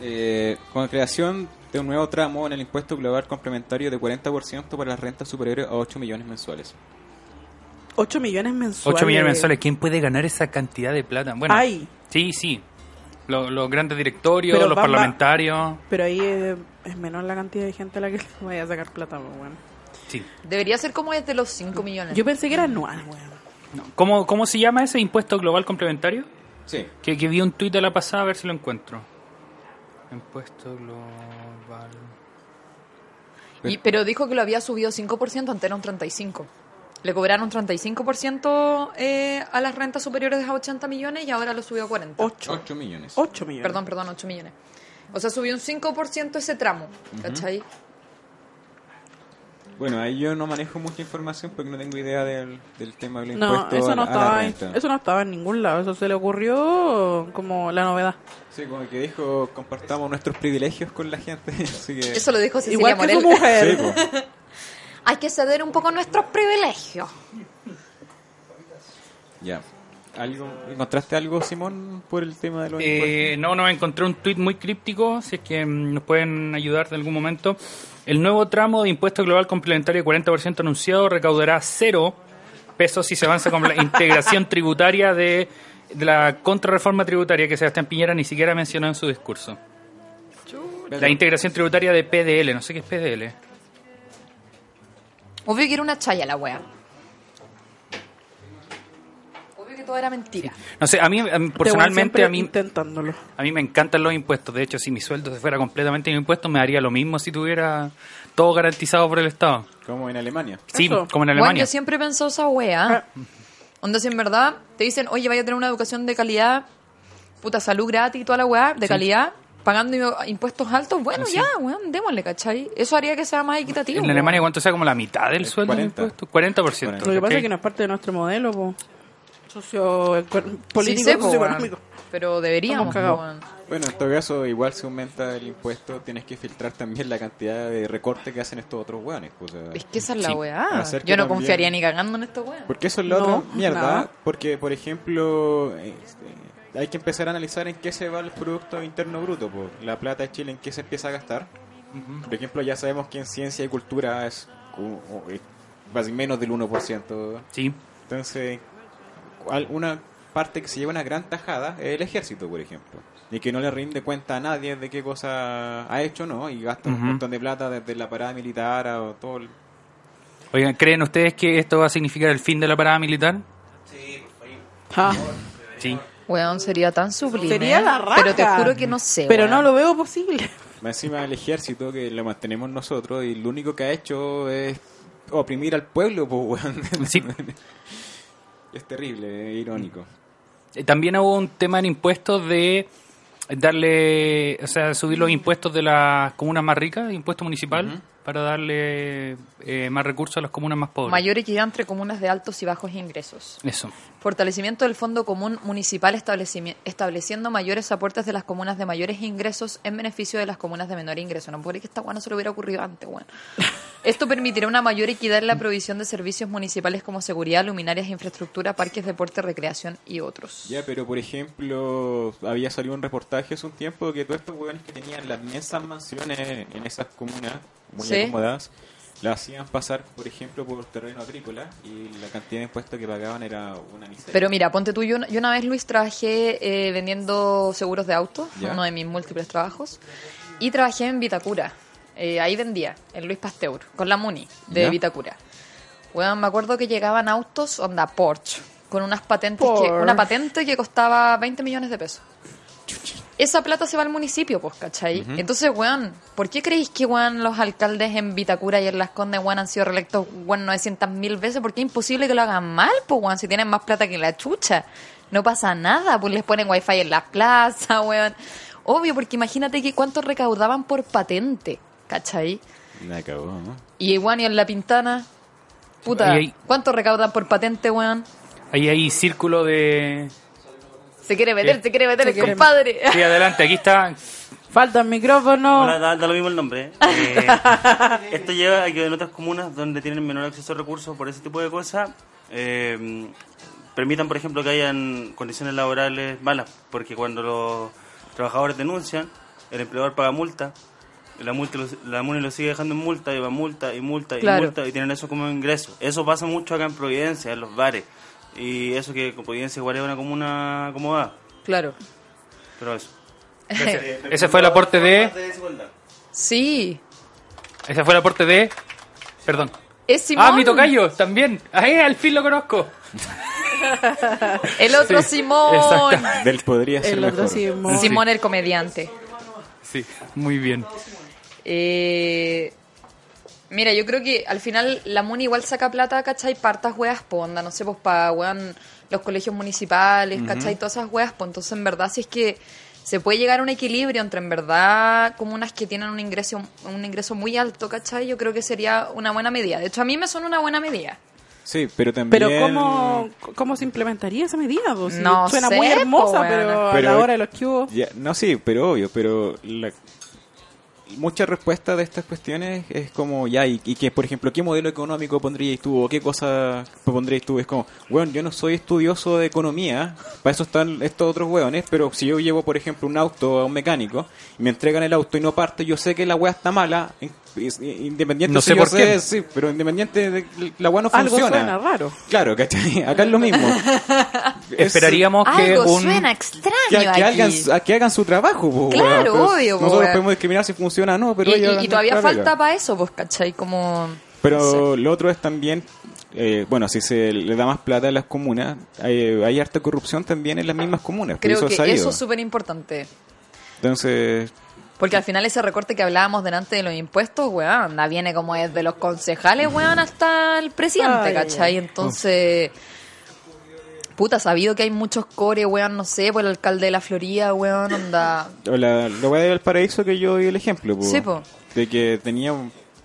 S8: Eh, con la creación de un nuevo tramo en el impuesto global complementario de 40% para las rentas superiores a 8 millones mensuales.
S4: 8 millones mensuales.
S6: 8 millones mensuales. ¿Quién puede ganar esa cantidad de plata? Bueno,
S4: Ay.
S6: sí, sí. Lo- los grandes directorios,
S4: Pero
S6: los
S4: van-
S6: parlamentarios.
S4: Pero ahí eh, es menor la cantidad de gente a la que le vaya a sacar plata, pues, weón.
S6: Sí.
S5: Debería ser como desde los 5 millones.
S4: Yo pensé que era anual, weón.
S6: No. ¿Cómo, ¿Cómo se llama ese impuesto global complementario?
S8: Sí.
S6: Que, que vi un tuit de la pasada, a ver si lo encuentro. Impuesto global.
S5: Y- pero dijo que lo había subido 5%, antes era un 35%. Le cobraron 35% eh, a las rentas superiores a 80 millones y ahora lo subió a 40.
S4: 8.
S8: 8 millones.
S4: 8 millones.
S5: Perdón, perdón, 8 millones. O sea, subió un 5% ese tramo, ¿cachai?
S4: Eh,
S8: Bueno, ahí yo no manejo mucha información porque no tengo idea del, del tema del
S4: No,
S8: impuesto
S4: eso
S8: a,
S4: no,
S8: la- a la
S4: estaba en,
S8: renta.
S4: eso no estaba en ningún lado. Eso se le ocurrió como la novedad.
S8: Sí, como que dijo, compartamos nuestros privilegios con la gente. Así que...
S5: Eso lo dijo Cecilia
S4: Igual que
S5: Morel.
S4: su mujer.
S8: Sí, pues. po.
S5: Hay que ceder un poco nuestros privilegios.
S8: Ya. ¿Algo, ¿Encontraste algo, Simón, por el tema de los
S6: Eh, no, no, encontré un tuit muy críptico, si es que mm, nos pueden ayudar de algún momento. El nuevo tramo de impuesto global complementario de 40% anunciado recaudará cero pesos si se avanza con la integración tributaria de, de la contrarreforma tributaria que Sebastián Piñera ni siquiera mencionó en su discurso.
S8: impuestos?
S6: La integración tributaria de PDL, no sé qué es PDL.
S5: Obvio que era una chaya la wea. Obvio que todo era mentira.
S6: No sé, a mí, a mí, personalmente,
S4: Este weón
S6: a mí,
S4: siempre Intentándolo.
S6: a mí me encantan los impuestos. De hecho, si mi sueldo se fuera completamente en impuestos, me haría lo mismo si tuviera todo garantizado por el Estado.
S8: Como en Alemania.
S6: Sí,
S4: Eso.
S6: como en
S5: Bueno,
S6: Alemania.
S5: yo siempre he pensado esa
S4: Ah.
S5: wea. Onda, si en verdad te dicen, oye, vaya a tener una educación de calidad, puta salud gratis y toda la weá, de calidad, pagando i- impuestos altos, bueno,
S6: Sí.
S5: ya, weón, démosle, ¿cachai? Eso haría que sea más equitativo.
S6: En
S5: weón.
S6: Alemania, ¿cuánto sea como la mitad del
S8: Es
S6: sueldo? de
S8: 40.
S6: impuestos? 40%.
S8: Lo
S4: Lo que pasa
S6: ¿ok?
S4: es que no es parte de nuestro modelo, po. socio ecu-
S5: Sí
S4: político,
S5: sé, po,
S4: socioeconómico.
S5: weón, Pero deberíamos,
S4: Estamos cagados.
S5: weón.
S8: Bueno, en todo caso, igual si aumenta el impuesto, tienes que filtrar también la cantidad de recorte que hacen estos otros hueones. pues, o sea.
S5: Es que esa es la
S6: Sí.
S4: Ah,
S5: weá.
S8: Hacer que
S5: Yo no
S8: también-
S5: confiaría ni cagando en estos weón.
S8: Porque eso es la
S4: No,
S8: otra mierda.
S4: nada.
S8: Porque, por ejemplo, este, hay que empezar a analizar en qué se va el Producto Interno Bruto. po. La plata de Chile, en qué se empieza a gastar. Por ejemplo, ya sabemos que en ciencia y cultura es como- o- es casi menos del 1%.
S6: Sí.
S8: Entonces, cual- una parte que se lleva una gran tajada es el ejército, por ejemplo. Y que no le rinde cuenta a nadie de qué cosa ha hecho, ¿no? Y gasta un
S6: Ujú.
S8: montón de plata desde la parada militar a o todo. el-
S6: Oigan, ¿creen ustedes que esto va a significar el fin de la parada militar?
S4: Ah,
S6: Sí.
S5: Weón, sería tan sublime.
S4: Sería la raja.
S5: Pero te juro que no sé.
S4: Pero no
S5: weón.
S4: lo veo posible.
S8: Más encima el ejército que lo mantenemos nosotros y lo único que ha hecho es oprimir al pueblo, pues, weón.
S6: Sí.
S8: Es terrible, es irónico.
S6: Eh, También hubo un tema en impuestos de darle, o sea, subir los impuestos de las comunas más ricas, impuesto municipal, para darle eh, más recursos a las comunas más pobres.
S5: Mayor equidad entre comunas de altos y bajos ingresos.
S6: Eso.
S5: Fortalecimiento del Fondo Común Municipal establecimi- estableciendo mayores aportes de las comunas de mayores ingresos en beneficio de las comunas de menor ingreso. No puede que esta weá no se le hubiera ocurrido antes, weón. Esto permitirá una mayor equidad en la provisión de servicios municipales como seguridad, luminarias, infraestructura, parques, deporte, recreación y otros.
S8: Ya, pero por ejemplo, había salido un reportaje hace un tiempo que todos estos hueones que tenían las inmensas mansiones en esas comunas muy
S5: Sí.
S8: acomodadas, las hacían pasar, por ejemplo, por terreno agrícola y la cantidad de impuestos que pagaban era una miseria.
S5: Pero mira, ponte tú, yo, yo una vez Luis trabajé eh, vendiendo seguros de auto,
S8: Ya.
S5: uno de mis múltiples trabajos, y trabajé en Vitacura, eh, ahí vendía, en Luis Pasteur, con la Muni de
S8: Ya.
S5: Vitacura. Bueno, me acuerdo que llegaban autos onda Porsche, con unas patentes que,
S4: Porsche.
S5: una patente que costaba 20 millones de pesos. Esa plata se va al municipio, pues, ¿cachai? Entonces, weón, ¿por qué creéis que, weón, los alcaldes en Vitacura y en Las Condes, weón, han sido reelectos, weón, 900 mil veces? Porque es imposible que lo hagan mal, pues, weón, si tienen más plata que la chucha. No pasa nada, pues les ponen wifi en las plazas, weón. Obvio, porque imagínate que cuánto recaudaban por patente, ¿cachai?
S8: La cagó, ¿no?
S5: Y, weón, y en La Pintana, puta,
S6: Ahí hay-
S5: ¿cuánto recaudan por patente, weón?
S6: Ahí hay círculo de...
S5: Se quiere meter,
S6: Sí.
S5: se quiere meter
S4: Se
S5: el
S4: quiere-
S5: compadre.
S6: Sí, adelante, aquí está.
S4: Falta el micrófono.
S9: Ahora da, da lo mismo el nombre. ¿eh? Eh, esto lleva a que en otras comunas donde tienen menor acceso a recursos por ese tipo de cosas, eh, permitan, por ejemplo, que hayan condiciones laborales malas, porque cuando los trabajadores denuncian, el empleador paga multa, la multa los- la MUNI lo sigue dejando en multa, y va multa, y multa,
S5: Claro.
S9: y multa, y tienen eso como ingreso. Eso pasa mucho acá en Providencia, en los bares, y eso que Providencia igual es una comuna acomodada,
S5: Claro.
S9: pero eso.
S6: Ese fue el aporte de...
S5: Sí.
S6: Ese fue el aporte de... Perdón.
S5: Es Simón.
S6: Ah, mi tocayo, también. Ahí, al fin lo conozco.
S5: El otro
S6: Sí,
S5: Simón.
S6: exacto.
S8: Del podría ser
S4: el otro
S8: mejor.
S4: Simón.
S5: Simón el comediante.
S6: Sí, muy bien.
S5: Eh, mira, yo creo que al final la MUNI igual saca plata, ¿cachai? Partas weas, po, onda, no sé, pues para weón los colegios municipales, ¿cachai? Todas esas weas, pues entonces en verdad si es que se puede llegar a un equilibrio entre en verdad comunas que tienen un ingreso, un ingreso muy alto, ¿cachai? Yo creo que sería una buena medida. De hecho, a mí me suena una buena medida.
S8: Sí, pero también...
S4: Pero ¿cómo, ¿cómo se implementaría esa medida? po? Si
S5: No
S4: suena
S5: sé,
S4: muy
S5: po,
S4: hermosa,
S5: weona.
S4: pero,
S8: Pero-
S4: a la hora de los cubos...
S8: Ya, no, sí, pero obvio, pero la- mucha respuesta de estas cuestiones es como, ya, y, y que, por ejemplo, ¿qué modelo económico pondrías tú o qué cosa pondrías tú? Es como, bueno, yo no soy estudioso de economía, para eso están estos otros hueones, pero si yo llevo, por ejemplo, un auto a un mecánico y me entregan el auto y no parte, yo sé que la hueá está mala, in- in- independiente
S6: No
S8: si
S6: sé
S8: yo
S6: por qué.
S8: sí, pero independiente de que la hueá no
S4: Algo
S8: funciona.
S4: suena raro.
S8: Claro, ¿cachai? Acá es lo mismo. Es-
S6: Esperaríamos que
S2: Algo
S6: un...
S2: suena extraño
S5: Ah,
S8: que, que
S2: aquí.
S8: hagan, a que hagan su trabajo. po,
S5: Claro,
S8: weá, pero
S5: obvio, po,
S8: Nosotros
S5: weá.
S8: podemos discriminar si funciona o no, pero
S5: Y,
S8: ellos
S5: y-
S8: hagan
S5: y todavía
S8: nuestra pega.
S5: falta para eso, pues, ¿cachai? Como...
S8: Pero lo otro es también, eh, bueno, si se le da más plata a las comunas, hay, hay harta corrupción también en las mismas comunas. por
S5: Creo
S8: eso
S5: que
S8: ha salido.
S5: eso es súper importante.
S8: Entonces,
S5: Porque al final ese recorte que hablábamos delante de los impuestos, weón, anda, viene como desde los concejales, weón, hasta el presidente,
S4: Ay,
S5: ¿cachai? Entonces, puta, sabido que hay muchos core, weón, no sé, por el alcalde de la Florida, weón, onda.
S8: o la, la weá de Valparaíso que yo di el ejemplo, po,
S5: Sí, po.
S8: de que tenía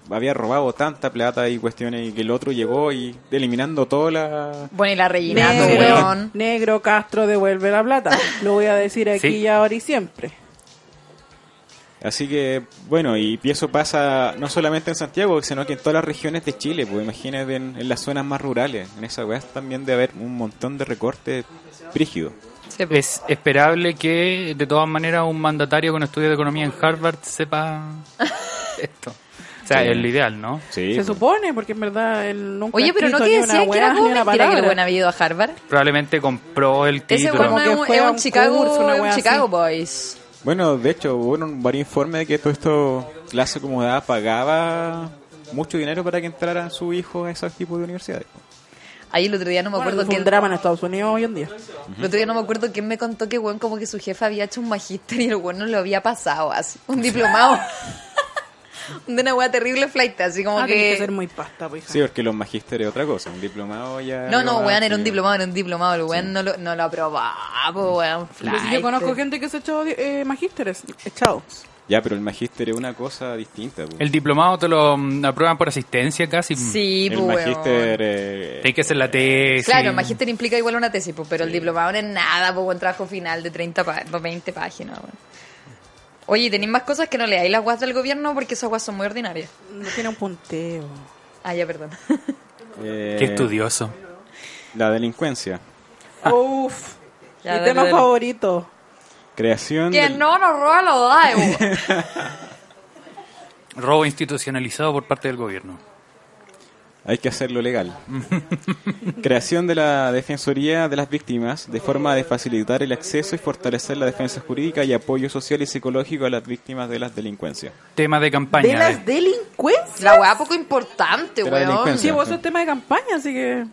S8: había robado tanta plata y cuestiones y que el otro llegó y eliminando toda la...
S5: Bueno, y la Reginato,
S4: Negro,
S5: weón.
S4: negro Castro devuelve la plata. Lo voy a decir aquí
S6: Sí.
S4: y ahora y siempre.
S8: Así que, bueno, y eso pasa no solamente en Santiago, sino que en todas las regiones de Chile, pues imagínate en, en las zonas más rurales, en esa weá también de haber un montón de recortes brígidos.
S5: Sí, po.
S6: Es esperable que, de todas maneras, un mandatario con estudios de economía en Harvard sepa O sea,
S8: Sí.
S6: es lo ideal, ¿no?
S8: Sí,
S4: Se
S8: pues.
S4: supone, porque en verdad él nunca
S5: Oye,
S4: ha
S5: pero no
S4: escrito
S5: te
S4: ni una
S5: decían que
S4: weá,
S5: era como
S4: ni una
S5: mentira que el
S4: palabra.
S5: buen ha ido a Harvard.
S6: Probablemente compró el
S5: Ese
S6: título.
S5: weón no
S4: Como
S5: es
S4: que
S5: un,
S4: fue
S5: es
S4: a
S5: un
S4: un
S5: Chicago,
S4: curso, una
S5: es un
S4: wea
S5: Chicago
S4: así.
S5: Boys.
S8: Bueno, de hecho, hubo un varios informes de que todo esto, la Comunidad pagaba mucho dinero para que entraran su hijo a esos tipos de universidades. pues.
S5: Ahí el otro día no me
S4: Bueno,
S5: acuerdo
S4: fue
S5: quién.
S4: un drama en Estados Unidos hoy en día.
S5: El otro día no me acuerdo quién me contó que weón como que su jefe había hecho un magíster y el weón no lo había pasado así. Un diplomado. de una wea terrible flight, así como
S4: Ah, tenés
S5: que.
S4: que ser muy pasta, pues, hija.
S8: Sí, porque los magísteres es otra cosa, un diplomado ya...
S5: No, no,
S8: va,
S5: weón, era un
S8: sí.
S5: diplomado, era un diplomado. El weón no lo, no lo aprobaba, weón.
S4: Pues
S5: flight.
S4: yo conozco gente que se ha echado eh, magísteres, echado.
S8: Ya, pero el magíster es una cosa distinta. pues. po.
S6: El diplomado te lo mm, aprueban por asistencia casi. Mm,
S5: Sí,
S8: Mm. El
S5: pues, weón.
S8: magíster... eh,
S6: Hay que hacer la tesis.
S5: Claro, el magíster implica igual una tesis, pues, pero el diplomado no es nada, pues, un trabajo final de 30 pa- 20 páginas. weón. Oye, tenéis más cosas que no leáis las guas del gobierno porque esas guas son muy ordinarias.
S4: No tiene un punteo.
S5: Ah, ya, perdón.
S8: eh,
S6: Qué estudioso.
S8: La delincuencia.
S4: Uf.
S5: Ya,
S4: Mi
S5: dale,
S4: tema
S5: dale.
S4: favorito.
S8: Creación...
S5: que
S8: del-
S5: no nos roba los dados. weón.
S6: Robo institucionalizado por parte del gobierno.
S8: Hay que hacerlo legal. Creación de la Defensoría de las Víctimas de forma de facilitar el acceso y fortalecer la defensa jurídica y apoyo social y psicológico a las víctimas de las delincuencias.
S6: Tema de
S4: De
S6: campaña.
S4: las
S6: de-
S4: delincuencias.
S5: La weá poco importante,
S8: De la
S5: weón.
S8: delincuencia.
S4: Sí, vos sos tema de campaña, así que.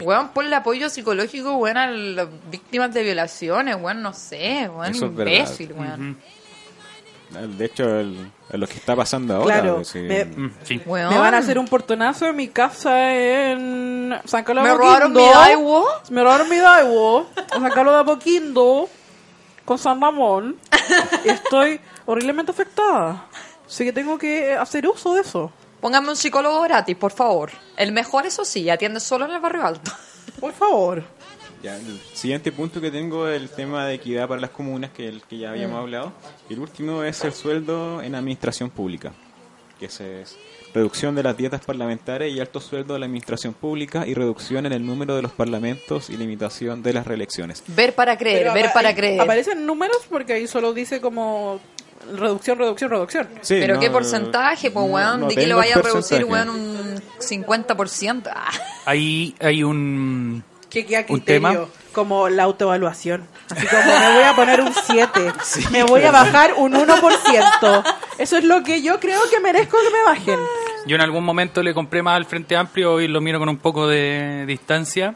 S5: Weón, ponle apoyo psicológico, weón, a las víctimas de violaciones, weón, no sé, weón,
S8: Eso es verdad.
S5: imbécil, weón.
S6: Mm,
S8: De hecho, el- a lo que está pasando ahora.
S4: Claro.
S8: pues, sí.
S4: Me,
S6: Mm, sí.
S5: Weón.
S4: me van a hacer un portonazo en mi casa en San Carlos de
S5: Me robaron mi
S4: Apoquindo.
S5: Daiwo.
S4: Me robaron mi Daiwo. En San Carlos de Apoquindo. Con San Ramón. Y estoy horriblemente afectada. Así que tengo que hacer uso de eso.
S5: Póngame un psicólogo gratis, por favor. El mejor, eso sí, atiende solo en el barrio alto.
S4: Por favor.
S8: Ya, el siguiente punto que tengo es el tema de equidad para las comunas, que el que ya habíamos
S5: Mm.
S8: hablado. Y el último es el sueldo en administración pública, que ese es reducción de las dietas parlamentarias y alto sueldo de la administración pública y reducción en el número de los parlamentos y limitación de las reelecciones.
S5: Ver para creer,
S4: Pero eh,
S5: ver
S4: apa-
S5: para
S4: ahí
S5: creer.
S4: Aparecen números porque ahí solo dice como reducción, reducción, reducción.
S8: Sí,
S5: Pero
S8: no,
S5: qué porcentaje, pues, weón,
S8: no
S5: de que lo
S8: tengo el
S5: vaya a reducir,
S8: porcentaje.
S5: weón, un 50%. Ah,
S6: Ahí hay un...
S4: Que queda
S6: Un
S4: criterio,
S6: tema.
S4: como la autoevaluación. Así como me voy a poner un 7, me voy a bajar un 1%. Eso es lo que yo creo que merezco que me bajen.
S8: Ah.
S6: Yo en algún momento le compré más al Frente Amplio y lo miro con un poco de distancia.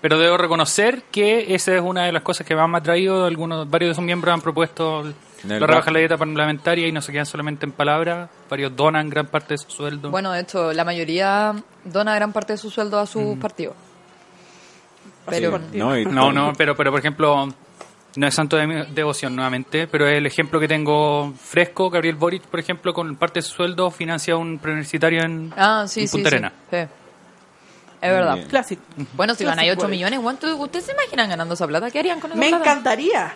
S6: Pero debo reconocer que esa es una de las cosas que más me ha traído. Algunos, varios de sus miembros han propuesto el-
S8: En el
S6: la rebaja de la
S8: bajo.
S6: dieta parlamentaria y no se quedan solamente en palabras. Varios donan gran parte de su sueldo.
S5: Bueno, de hecho, la mayoría dona gran parte de su sueldo a
S8: Mm.
S5: su partido. Pero
S8: Sí, no, y-
S6: No, no, pero, pero por ejemplo, no es santo de mi devoción nuevamente, pero el ejemplo que tengo fresco, Gabriel Boric, por ejemplo, con parte de su sueldo financia un preuniversitario en,
S5: Ah, sí,
S6: en
S5: sí,
S6: Punta
S5: sí.
S6: Arenas.
S5: Sí. Es verdad.
S8: bien.
S4: Clásico.
S5: Bueno, si ganáis 8
S4: Clásico.
S5: millones, weón, ¿tú- ¿ustedes se imaginan ganando esa plata? ¿Qué harían con esa
S4: Me
S5: plata?
S4: encantaría.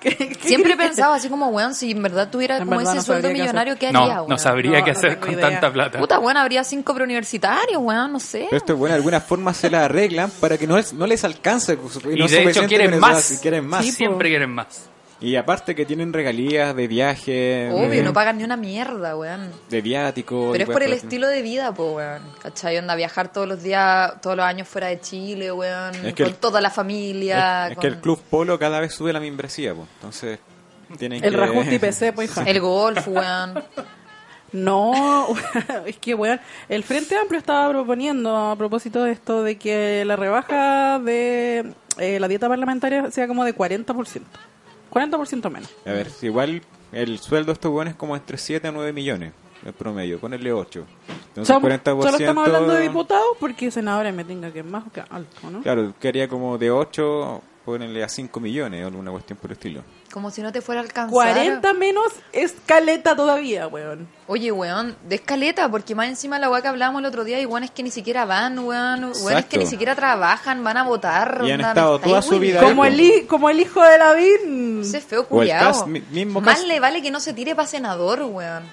S4: ¿Qué- qué-
S5: Siempre he pensado así como, weón, si en verdad tuviera
S4: En
S5: como
S4: verdad
S5: ese
S4: no
S5: sueldo
S4: sabría qué hacer.
S5: millonario, ¿qué haría,
S6: No,
S5: weón?
S6: no sabría
S4: No,
S6: qué
S4: no
S6: hacer
S4: tengo
S6: con
S4: idea.
S6: tanta plata.
S5: Puta, weón, habría cinco preuniversitarios, weón, no sé.
S8: Pero esto, bueno, de alguna forma se la arreglan para que no les, no les alcance. pues, no
S6: y
S8: es
S6: de hecho
S8: suficiente
S6: quieren
S8: con eso,
S6: más.
S8: si quieren más.
S6: Siempre quieren más.
S8: Y aparte que tienen regalías de viaje,
S5: Obvio,
S8: de,
S5: no pagan ni una mierda, weón.
S8: de viático.
S5: Pero
S8: y
S5: es por el
S8: cosas así.
S5: estilo de vida, po, weón. ¿Cachai? Onda, viajar todos los días, todos los años fuera de Chile, weón.
S8: Es que
S5: con
S8: el-
S5: toda la familia.
S8: Es, es
S5: con
S8: que el club polo cada vez sube la membresía, pues. Entonces, tienen
S4: El
S8: que...
S4: Rajusti PC, pues hija.
S5: el golf, weón.
S4: No, es que weón, el Frente Amplio estaba proponiendo a propósito de esto de que la rebaja de eh, la dieta parlamentaria sea como de 40%. 40% menos.
S8: A ver, si igual el sueldo de estos buenos es como entre 7 a 9 millones, el promedio. Ponerle 8. Entonces,
S4: Som-
S8: 40%...
S4: Solo estamos hablando de diputados porque senadores me tenga que es más que alto, ¿no?
S8: Claro, quedaría como de 8, ponerle a 5 millones o alguna cuestión por el estilo.
S5: Como si no te fuera a alcanzar.
S4: 40 menos es caleta todavía, weón.
S5: Oye, weón, de escaleta, porque más encima la weá que hablábamos el otro día, y weón es que ni siquiera van, weón, weón es que
S8: Exacto.
S5: ni siquiera trabajan, van a votar.
S8: Y han
S5: onda,
S8: estado
S5: me estáis
S8: toda su vida
S5: hueviando.
S4: Como el, hi- como el hijo de la
S5: Ese
S4: VIN.
S5: feo
S8: O el Cas-
S5: culiao.
S8: mi- mismo
S5: Más
S8: Cas-
S5: le vale que no se tire para senador, weón.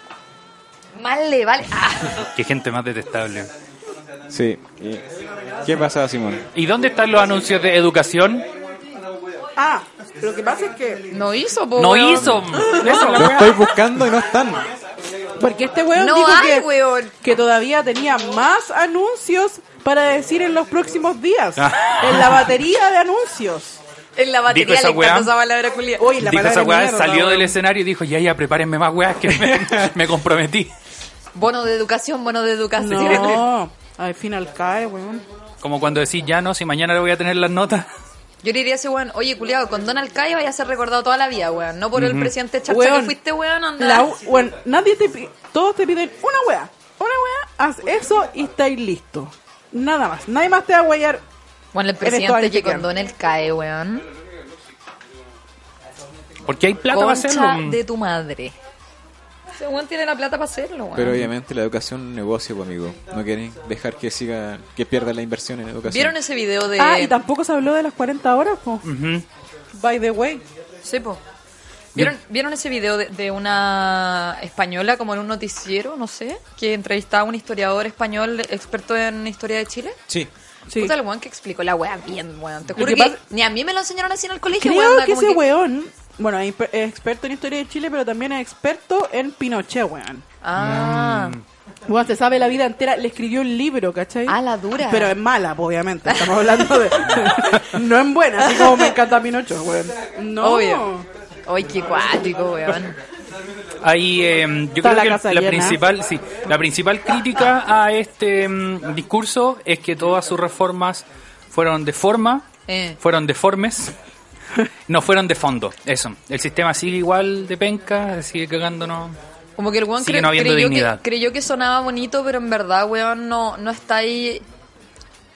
S5: Más le vale. Ah,
S6: Qué gente más detestable.
S8: Sí. eh, ¿Qué pasa, Simón?
S6: ¿Y dónde están los anuncios de educación?
S4: Ah, lo que pasa es que
S5: no hizo, po,
S6: No
S5: weón.
S6: hizo. Eso es la
S8: Lo
S6: weá.
S8: estoy buscando y no están.
S4: Porque este weón
S5: No
S4: dijo
S5: hay,
S4: que,
S5: weón.
S4: que todavía tenía más anuncios para decir en los próximos días. en la batería de anuncios.
S5: En la
S6: Dijo
S5: batería le
S6: esa
S5: encanta
S6: weá.
S5: esa palabra culia.
S4: Oye, la
S6: Dijo
S4: palabra
S6: esa weá,
S4: mierda,
S6: salió del
S4: weón.
S6: escenario y dijo, ya, ya, prepárenme más weas que me, me comprometí.
S5: Bono de educación, bono de educación.
S4: No, al final cae, weón.
S6: Como cuando decís, ya no, si mañana le voy a tener las notas.
S5: Yo le diría a ese weón, oye, culiado, con Donald Calle vaya a ser recordado toda la vida, weón. No por el presidente Chacha que
S4: Weón,
S5: fuiste, weón, anda.
S4: La u- bueno, nadie te pi- todos te piden una wea, una wea, haz eso y estáis listo. Nada más, nadie más te va a guayar.
S5: Bueno, el
S4: Eres toda
S5: presidente que
S4: lesbiana.
S5: con Donald Calle, weón.
S6: Porque hay plata para hacerlo.
S5: Concha de tu madre. Ese weón tiene la plata para hacerlo, weón.
S8: Pero obviamente la educación es un negocio, pues, amigo. No quieren dejar que siga, que pierda la inversión en educación.
S5: ¿Vieron ese video de...?
S4: Ah, y tampoco se habló de las 40 horas, po.
S6: Ujú.
S4: By the way.
S5: Sí, po. ¿Vieron, ¿Vieron ese video de, de una española como en un noticiero, no sé, que entrevistaba a un historiador español experto en historia de Chile?
S8: Sí.
S4: Sí.
S5: Puta el weón que explicó la weá bien, weón. Te
S4: Lo
S5: juro
S4: que
S5: que,
S4: pasa-
S5: ni a mí me lo enseñaron así en el colegio,
S4: Creo
S5: weón. anda
S4: que
S5: como
S4: ese weón, bueno, es exper- es experto en historia de Chile, pero también es experto en Pinochet, weón.
S5: Ah,
S4: Weón, se sabe la vida entera, le escribió un libro, ¿cachai?
S5: Ah, la dura.
S4: Pero es mala, po, obviamente. Estamos hablando de. no en buena, así como me encanta Pinochet, weón. No.
S5: obvio. Ay, qué cuático, weón.
S6: Ahí, eh, yo
S4: Está
S6: creo
S4: la
S6: que
S4: casa
S6: la
S4: llena.
S6: principal, sí, la principal crítica a este mm, discurso es que todas sus reformas fueron de forma,
S5: Eh.
S6: fueron deformes, no fueron de fondo. Eso. El sistema sigue igual de penca, sigue cagándonos.
S5: Como que el weón
S6: Sigue
S5: cre-
S6: no habiendo
S5: creyó, que,
S6: dignidad.
S5: creyó que sonaba bonito, pero en verdad, weón, no, no está ahí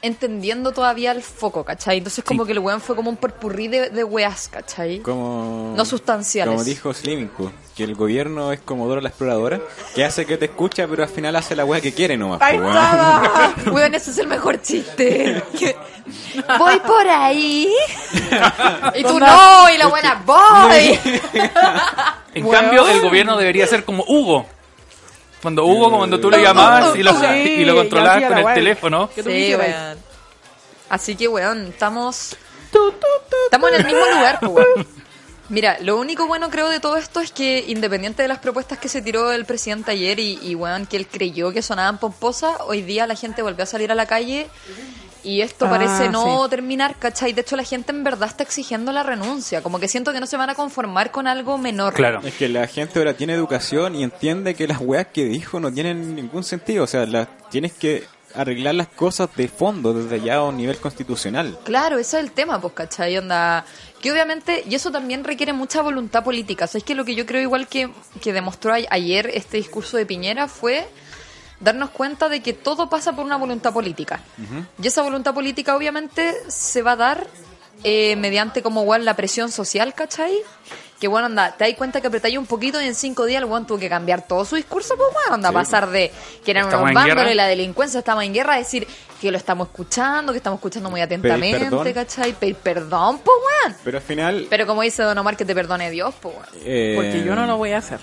S5: entendiendo todavía el foco, ¿cachai? Entonces como que el weón fue como un perpurrí de, de weas, ¿cachai?
S8: Como,
S5: No sustanciales.
S8: Como dijo Sliminku, que el gobierno es como Dora la exploradora, que hace que te escucha, pero al final hace la weá que quiere nomás.
S4: Ahí
S8: po,
S4: estaba.
S5: Weón, ese es el mejor chiste. Que- Voy por ahí. Y tú no, y la buena, voy.
S6: En
S4: Weón.
S6: cambio, el gobierno debería ser como Hugo. Cuando Hugo, cuando tú le
S4: Sí,
S6: llamabas y lo,
S4: sí,
S6: y lo
S4: y
S6: controlabas
S4: hacía
S6: con
S4: la
S6: el
S4: guay.
S6: teléfono.
S4: ¿Qué tú
S5: Sí,
S4: quisieras?
S5: weón. Así que, weón, estamos,
S4: Tu, tu, tu,
S5: estamos en el mismo lugar, po, weón. Mira, lo único bueno creo de todo esto es que independiente de las propuestas que se tiró el presidente ayer y, y weón, que él creyó que sonaban pomposas, hoy día la gente volvió a salir a la calle y esto
S4: Ah,
S5: parece no
S4: sí.
S5: terminar, ¿cachai? De hecho, la gente en verdad está exigiendo la renuncia, como que siento que no se van a conformar con algo menor.
S6: Claro.
S8: Es que la gente ahora tiene educación y entiende que las weas que dijo no tienen ningún sentido. O sea, las, tienes que arreglar las cosas de fondo, desde ya a un nivel constitucional.
S5: Claro, ese es el tema, pues, ¿cachai? Onda, que obviamente, y eso también requiere mucha voluntad política. O sea, es que lo que yo creo igual que, que demostró a- ayer este discurso de Piñera fue darnos cuenta de que todo pasa por una voluntad política. Y esa voluntad política obviamente se va a dar eh, mediante como igual la presión social, ¿cachai? Que bueno, anda, te das cuenta que apretáis un poquito y en cinco días el weón tuvo que cambiar todo su discurso, pues bueno, anda, pasar de que eran
S6: Estamos
S5: unos
S6: en
S5: vándalos
S6: guerra.
S5: y la delincuencia estaba en guerra, a decir que lo estamos escuchando, que estamos escuchando muy atentamente,
S8: perdón.
S5: ¿cachai? Pedir perdón, pues weón.
S8: Pero al final...
S5: Pero como dice Don Omar, que te perdone Dios, pues weón.
S8: eh,
S4: Porque yo no lo voy a hacer.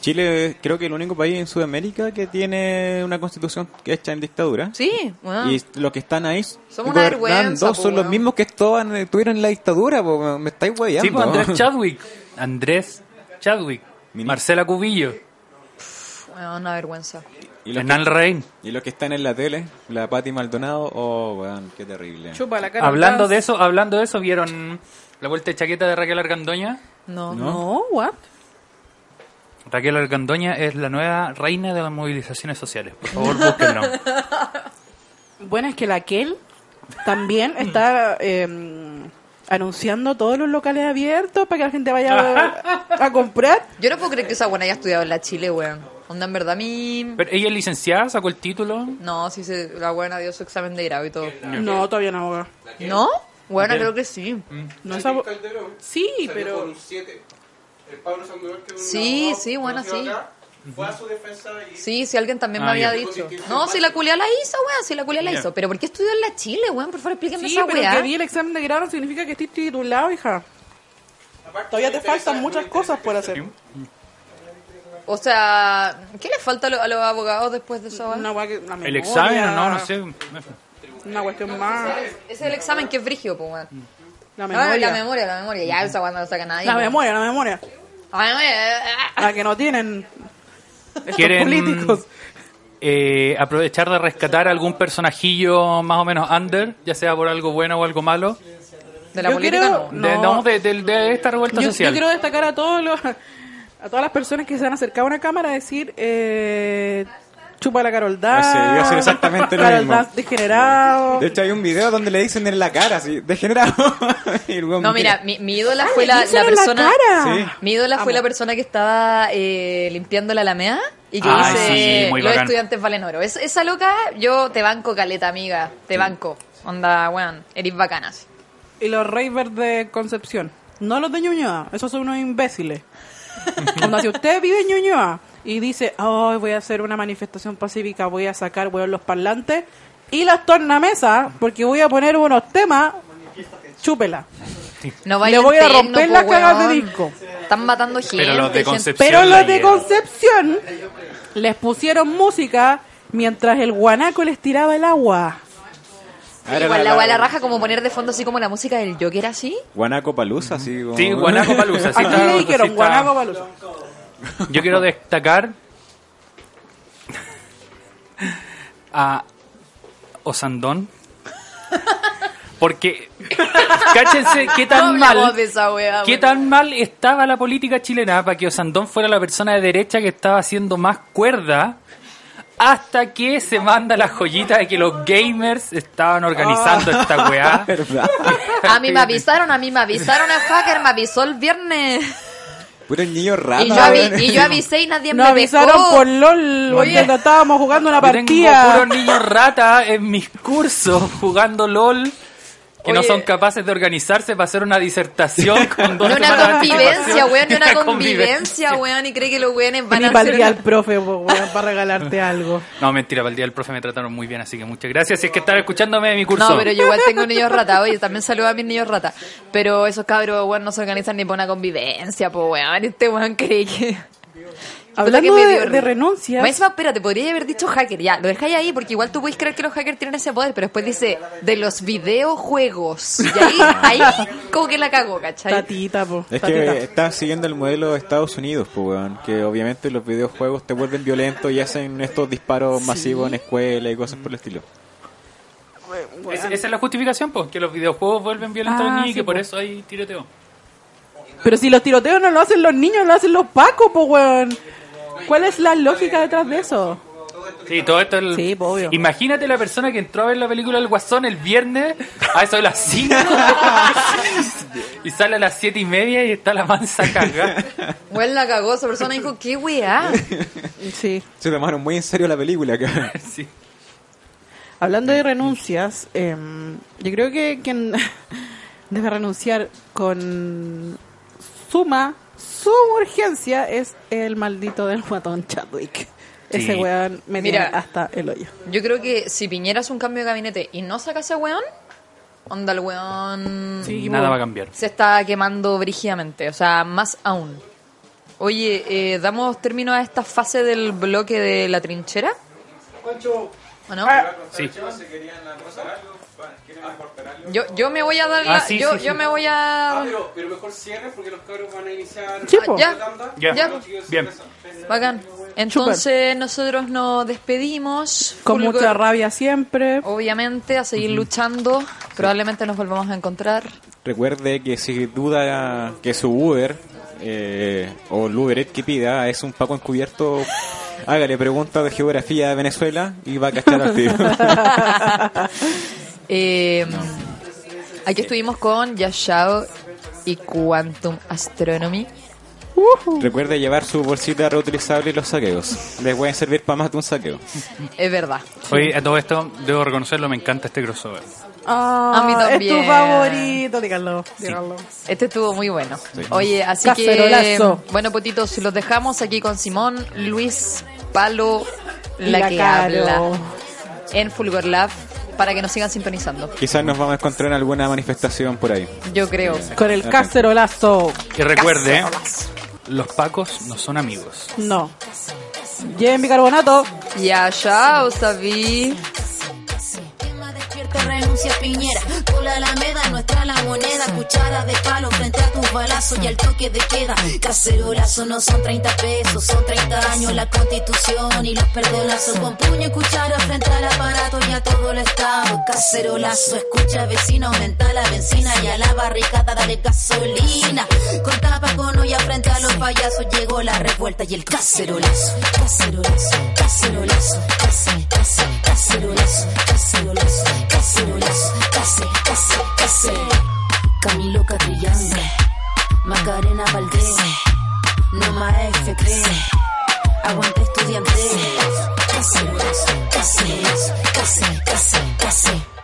S8: Chile creo que es el único país en Sudamérica que tiene una constitución que hecha en dictadura.
S5: Sí, weón.
S8: Y los que están ahí
S5: Ah. Somos una
S8: gobernando
S5: vergüenza, po,
S8: son los
S5: weón.
S8: mismos que estaban, eh, estuvieron en la dictadura, po, weón. me
S6: Sí,
S8: estáis
S6: pues,
S8: hueveando.
S6: Andrés Chadwick. Andrés Chadwick.
S8: Mini-
S6: Marcela Cubillo.
S5: Weón, una vergüenza.
S8: y, los
S6: Hernán Larraín.
S8: que, y los que están en la tele, la Pati Maldonado, oh, weón, qué terrible.
S4: Chupa la cara.
S6: Hablando de eso, hablando de eso, ¿vieron la vuelta de chaqueta de Raquel Argandoña?
S5: No.
S4: No, Oh, what?
S6: Raquel Argandoña es la nueva reina de las movilizaciones sociales. Por favor, búsquenlo.
S4: Bueno, es que la Kel también está eh, anunciando todos los locales abiertos para que la gente vaya a, a comprar.
S5: Yo no puedo creer que esa buena haya estudiado en la Chile, weón. Onda, en verdad, a mí...
S6: Pero ella es licenciada, sacó el título.
S5: No, sí, se, la buena dio su examen de grado y todo.
S4: No, todavía no aboga.
S5: ¿No? Bueno, creo que sí.
S4: No es abo- Sí,
S7: Con
S4: pero
S7: un 7. El Pablo Sandoval, que es un
S5: Sí,
S7: abogado
S5: sí, bueno,
S7: conocido
S5: sí.
S7: acá, fue a su defensa y
S5: Sí, sí, alguien también
S6: Ah,
S5: me había
S6: ya.
S5: dicho. No, si la culia la hizo, weón, si la culia la
S6: Ya.
S5: hizo. Pero ¿por qué estudió en la Chile, weón? Por favor, explíquenme
S4: sí,
S5: esa
S4: pero que
S5: weá.
S4: di el examen de grado no significa que estés titulado, hija.
S7: aparte
S4: Todavía te
S7: le interesa-
S4: faltan muchas
S7: le
S4: cosas por hacer.
S5: O sea, ¿qué le falta a, lo- a los abogados después de eso?
S4: Una weá que- la
S6: El
S4: memoria,
S6: examen, no, no sé.
S4: Una cuestión más.
S5: Es el examen que es brígido, pues, weón.
S4: La
S5: Ah,
S4: memoria.
S5: la memoria, la memoria. Ya, esa weá no la saca nadie.
S4: La
S5: weón.
S4: memoria, la memoria.
S5: eh,
S4: La que no tienen estos
S6: ¿Quieren
S4: políticos.
S6: eh, aprovechar de rescatar algún personajillo más o menos under, ya sea por algo bueno o algo malo?
S5: De la
S4: Yo
S5: política
S4: creo-
S5: no.
S6: De,
S4: No.
S6: no, de, de- de esta revuelta
S4: Yo, yo
S6: social.
S4: quiero destacar a todos los, a todas las personas que se han acercado a una cámara a decir eh, chupa la Carol Dance,
S8: Sí, iba a decir exactamente lo
S4: Carol
S8: mismo.
S4: Dance degenerado.
S8: De hecho, hay un video donde le dicen en la cara, así, degenerado. Y el weón
S5: No, mira, mi, mi ídola
S4: Ay,
S5: fue la,
S4: díselo
S5: la
S4: en la
S5: persona.
S4: cara.
S8: Sí.
S5: Mi ídola fue
S4: Amo.
S5: la persona que estaba eh, limpiando la alameda y que
S6: Ay,
S5: dice
S6: sí, muy
S5: los
S6: bacán.
S5: estudiantes valen oro. Es- esa loca, yo te banco caleta, amiga. Te banco. Onda, weón, eres bacanas.
S4: Y los ravers de Concepción. No los de Ñuñoa, esos son unos imbéciles. Cuando si usted vive en Ñuñoa y dice, hoy voy a hacer una manifestación pacífica, voy a sacar weón, los parlantes y las tornamesas, porque voy a poner unos temas, chúpela.
S5: No
S4: Le
S5: vayan
S4: voy a
S5: terno,
S4: romper
S5: po,
S4: las cagas de
S5: weón.
S4: disco.
S5: Están matando gente.
S6: Pero los de
S5: gente-
S6: Concepción.
S4: Pero
S6: la
S4: los de
S6: llevan.
S4: Concepción les pusieron música mientras el guanaco les tiraba el agua.
S8: Ahora
S5: Igual la, la, la raja como poner de fondo así como la música del Joker así.
S8: Guanaco palusa, así como.
S6: Sí, Guanaco Palusa.
S4: Aquí le dijeron guanaco baluza.
S6: Yo quiero destacar a Osandón. Porque, cáchense qué tan
S5: No hablamos
S6: mal,
S5: de esa weá,
S6: qué
S5: weón.
S6: tan mal estaba la política chilena para que Osandón fuera la persona de derecha que estaba haciendo más cuerda hasta que se manda la joyita de que los gamers estaban organizando
S5: Ah.
S6: esta weá.
S8: ¿Verdad?
S5: A mí me avisaron, a mí me avisaron a hacker, me avisó el viernes.
S8: Puro niño rata.
S5: Y yo, avi-
S8: weón.
S5: y yo avisé y nadie
S4: Nos
S5: me pescó.
S4: avisaron por LOL
S6: Oye.
S4: mientras estábamos jugando una
S6: Yo tengo
S4: partida.
S6: puros niños rata en mis cursos jugando LOL que no
S5: Oye.
S6: son capaces de organizarse para hacer una disertación con dos
S5: Ni una
S6: semanas de
S5: convivencia,
S6: anticipación.
S5: weón, ni una
S6: convivencia.
S5: convivencia, weón, y cree que los weones van
S4: Ni
S5: a
S4: para
S5: hacer
S4: el día del
S5: una...
S4: profe, po, weón, para regalarte algo.
S6: No, mentira, para el día del profe me trataron muy bien, así que muchas gracias. Si es que están escuchándome de mi curso.
S5: No, pero yo igual tengo niños rata, oye, también saludo a mis niños rata. Pero esos cabros, weón, no se organizan ni para una convivencia, po, weón. Este weón cree que... Puta que
S4: Hablando
S5: me
S4: de,
S5: dio
S4: de
S5: risa.
S4: renuncias,
S5: Más encima, espérate, podría haber dicho hacker, ya, lo dejáis ahí, porque igual tú puedes creer que los hackers tienen ese poder, pero después dice, de los videojuegos. Y ahí, ahí, como que la cagó, ¿cachai?
S4: tatita, po,
S8: Es
S4: tatita.
S8: que eh, está siguiendo el modelo de Estados Unidos, pues, weón, que obviamente los videojuegos te vuelven violento y hacen estos disparos masivos en escuelas y cosas por el estilo.
S6: Es- esa es la justificación, pues, que los videojuegos vuelven violentos a los
S4: Ah,
S6: niños y
S4: sí,
S6: que por
S4: po.
S6: eso hay tiroteo.
S4: Pero si los tiroteos no lo hacen los niños, lo hacen los pacos, po, weón. ¿Cuál es la lógica detrás de eso?
S6: Sí, todo esto es el-
S4: Sí, po, obvio.
S6: Imagínate la persona que entró a ver la película El Guasón el viernes a eso de las 5 y sale a las 7 y media y está la mansa cagada.
S5: Weón la cagó, esa persona dijo, qué weá.
S4: Sí.
S8: Se tomaron muy en serio la película, cabrón.
S6: Sí.
S4: Hablando de renuncias, eh, yo creo que quien debe renunciar con suma, suma urgencia es el maldito del guatón Chadwick. Ese
S6: Sí.
S4: weón me
S5: Mira.
S4: tiene hasta el hoyo.
S5: Yo creo que si Piñera hace un cambio de gabinete y no saca ese weón, onda el weón
S4: Sí,
S6: Nada
S4: po.
S6: va a cambiar.
S5: se está quemando brígidamente, o sea, más aún. Oye, eh, damos término a esta fase del bloque de la trinchera. ¿O no?
S6: Sí.
S5: Yo, yo me voy a dar la-
S6: Ah, sí,
S5: yo,
S6: sí, sí.
S5: yo me voy a.
S7: Pero, pero mejor cierre porque los cabros van a iniciar.
S4: Sí, po.
S5: Ah, Ya.
S7: Tanda.
S6: Ya.
S5: Ya.
S7: Los chicos se
S6: Bien.
S7: resan.
S5: Bacán. Entonces nosotros nos despedimos.
S4: Con
S5: Fulgor,
S4: mucha rabia siempre.
S5: Oh, Obviamente, a seguir luchando. Probablemente nos volvamos a encontrar.
S8: Recuerde que si duda que su Uber eh, o el Uberet que pida es un paco encubierto, hágale preguntas de geografía de Venezuela y va a cachar al tiro.
S5: Eh, Aquí estuvimos con Yashao y Quantum Astronomy.
S8: Recuerde llevar su bolsita reutilizable y los saqueos. Les pueden servir para más de un saqueo.
S5: Es verdad.
S6: Oye, a todo esto, debo reconocerlo, me encanta este crossover.
S4: Ah,
S5: A mí también.
S4: Es tu favorito, dígalo. dígalo.
S5: Este estuvo muy bueno. Oye, así
S4: Cacerolazo.
S5: que. Bueno, potitos, los dejamos aquí con Simón, Luis, Palo,
S4: Y
S5: la,
S4: la
S5: que
S4: Caro.
S5: habla. En Fulgor Lab, para que nos sigan sintonizando.
S8: Quizás nos vamos a encontrar en alguna manifestación por ahí.
S5: Yo creo.
S4: Con el cacerolazo.
S6: Y recuerde, los pacos no son amigos.
S4: No. Lleven bicarbonato.
S5: Ya, chao, Sabi.
S3: Que me despierta renuncia Piñera. Por la Alameda, nuestra la moneda. Cuchara de palo frente a tus balazos y al toque de queda. Cacerolazo no son 30 pesos, son 30 años la constitución y los perdonazos. Con puño y cuchara frente al aparato y a todo el Estado. Cacerolazo, escucha vecino, aumenta la benzina y a la barricada dale gasolina. Con tapa con olla frente a los payasos llegó la revuelta y el cacerolazo. Cacerolazo, cacerolazo, case, case, cacerolazo, cacerolazo, cacerolazo, case, case, case. Camilo Catrillanza, Macarena Valdés, no más F cree, aguante estudiante. Cacerolazo, cacerolazo, case, case, case.